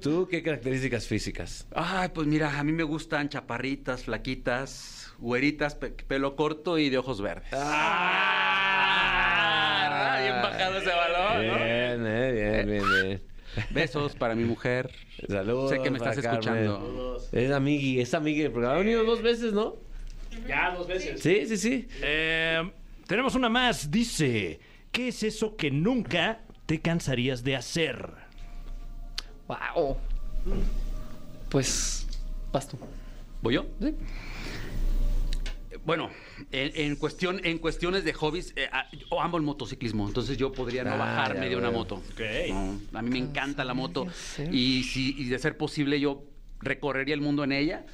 ¿Tú qué características físicas?
Ay, pues mira, a mí me gustan chaparritas, flaquitas, güeritas, pe- pelo corto y de ojos verdes. Ah, bien bajado ese balón, ¿no?
Bien, eh, bien, bien, bien.
Besos para mi mujer.
Saludos.
Sé que me
para
estás
Carmen.
escuchando.
Es amigui, es amigui del programa. Ha venido dos veces, ¿no? Ya, dos veces. Sí, sí, sí.
Eh, tenemos una más. Dice: ¿Qué es eso que nunca te cansarías de hacer?
Wow. Pues vas tú.
¿Voy yo?
Sí.
Bueno, en, en cuestión, en cuestiones de hobbies, eh, ah, yo amo el motociclismo, entonces yo podría no
Ah,
bajarme
ya
de una
veo.
moto. No, a mí me encanta la moto
hacer.
y, si, y de ser posible yo recorrería el mundo en ella.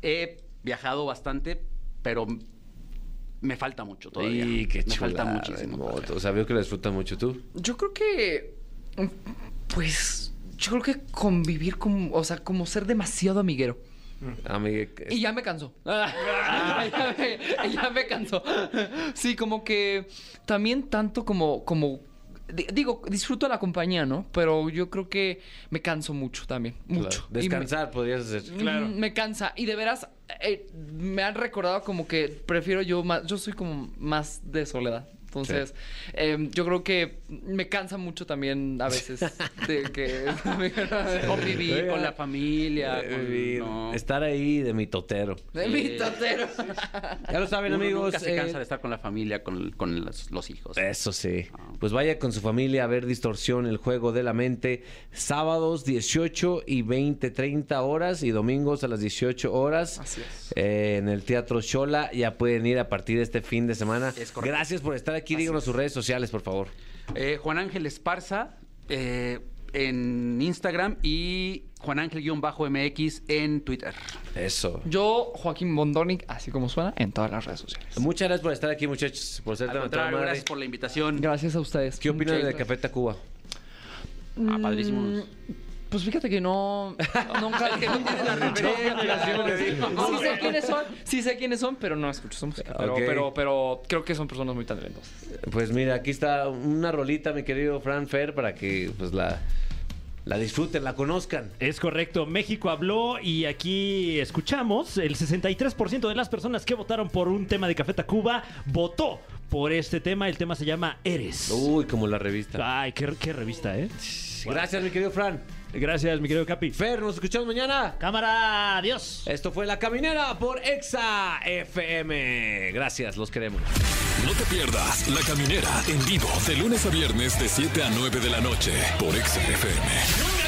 He viajado bastante, pero me falta mucho todavía.
Y qué
me
chulada
falta
de
muchísimo.
moto.
todavía.
O sea, veo que la disfrutan mucho tú.
Yo creo que. Pues. Yo creo que convivir con. O sea, como ser demasiado amiguero.
Amigue,
Y ya me cansó. ya, me, ya me cansó. Sí, como que. También tanto como. como di- Digo, disfruto la compañía, ¿no? Pero yo creo que me canso mucho también.
claro.
Mucho. Y me-
Descansar podrías hacer.
Mm, Me cansa. Y de veras, eh, me han recordado como que prefiero yo más. Yo soy como más de soledad. em,
Entonces, eh, yo creo que me cansa mucho también a veces de que
Convivir
convivir
con la familia. con-
Eh, Vivir,
no.
Estar ahí de mitotero.
De mi totero.
Ya lo saben,
Uno
amigos.
Nunca se
eh,
cansa de estar con la familia, con, con los, los
eh,
hijos.
Eso sí.
Ah.
Pues vaya con su familia a ver Distorsión, el juego de la mente, sábados 18 y 20, 30 horas y domingos a las 18 horas
Así es.
eh, en el Teatro Shola. Ya pueden ir a partir de este fin de semana.
Es correcto.
Gracias por estar aquí.
Así
Díganos
es.
sus redes sociales, por favor.
Eh, Juan Ángel Esparza eh, en Instagram y Juan Ángel-MX en Twitter.
Eso.
Yo, Joaquín Bondonic, así como suena, en todas las redes sociales.
Muchas gracias por estar aquí, muchachos. Por ser
Al
tan a toda
contrario,
madre.
gracias por la invitación.
Gracias a ustedes.
¿Qué opinan
Muchas
de
gracias.
Café Tacuba?
Ah, padrísimos.
Pues fíjate que no. Nunca.
que no tienes la referencia.
Sí sé quiénes son, sí sé quiénes son, pero no escucho su música. Pero,
Ok.
pero, pero creo que son personas muy talentosas.
Pues mira, aquí está una rolita, mi querido Fran Fer, para que pues la, la disfruten, la conozcan.
Es correcto, México habló y aquí escuchamos, el 63% de las personas que votaron por un tema de Café Tacuba votó por este tema, el tema se llama Eres.
Uy, como la revista.
Ay, qué, qué revista, ¿eh?
Gracias, mi querido Fran.
Gracias, mi querido Capi.
Fer, nos escuchamos mañana.
Cámara, adiós.
Esto fue La Caminera por Exa FM. Gracias, los queremos.
No te pierdas La Caminera en vivo de lunes a viernes de 7 a 9 de la noche por Exa FM.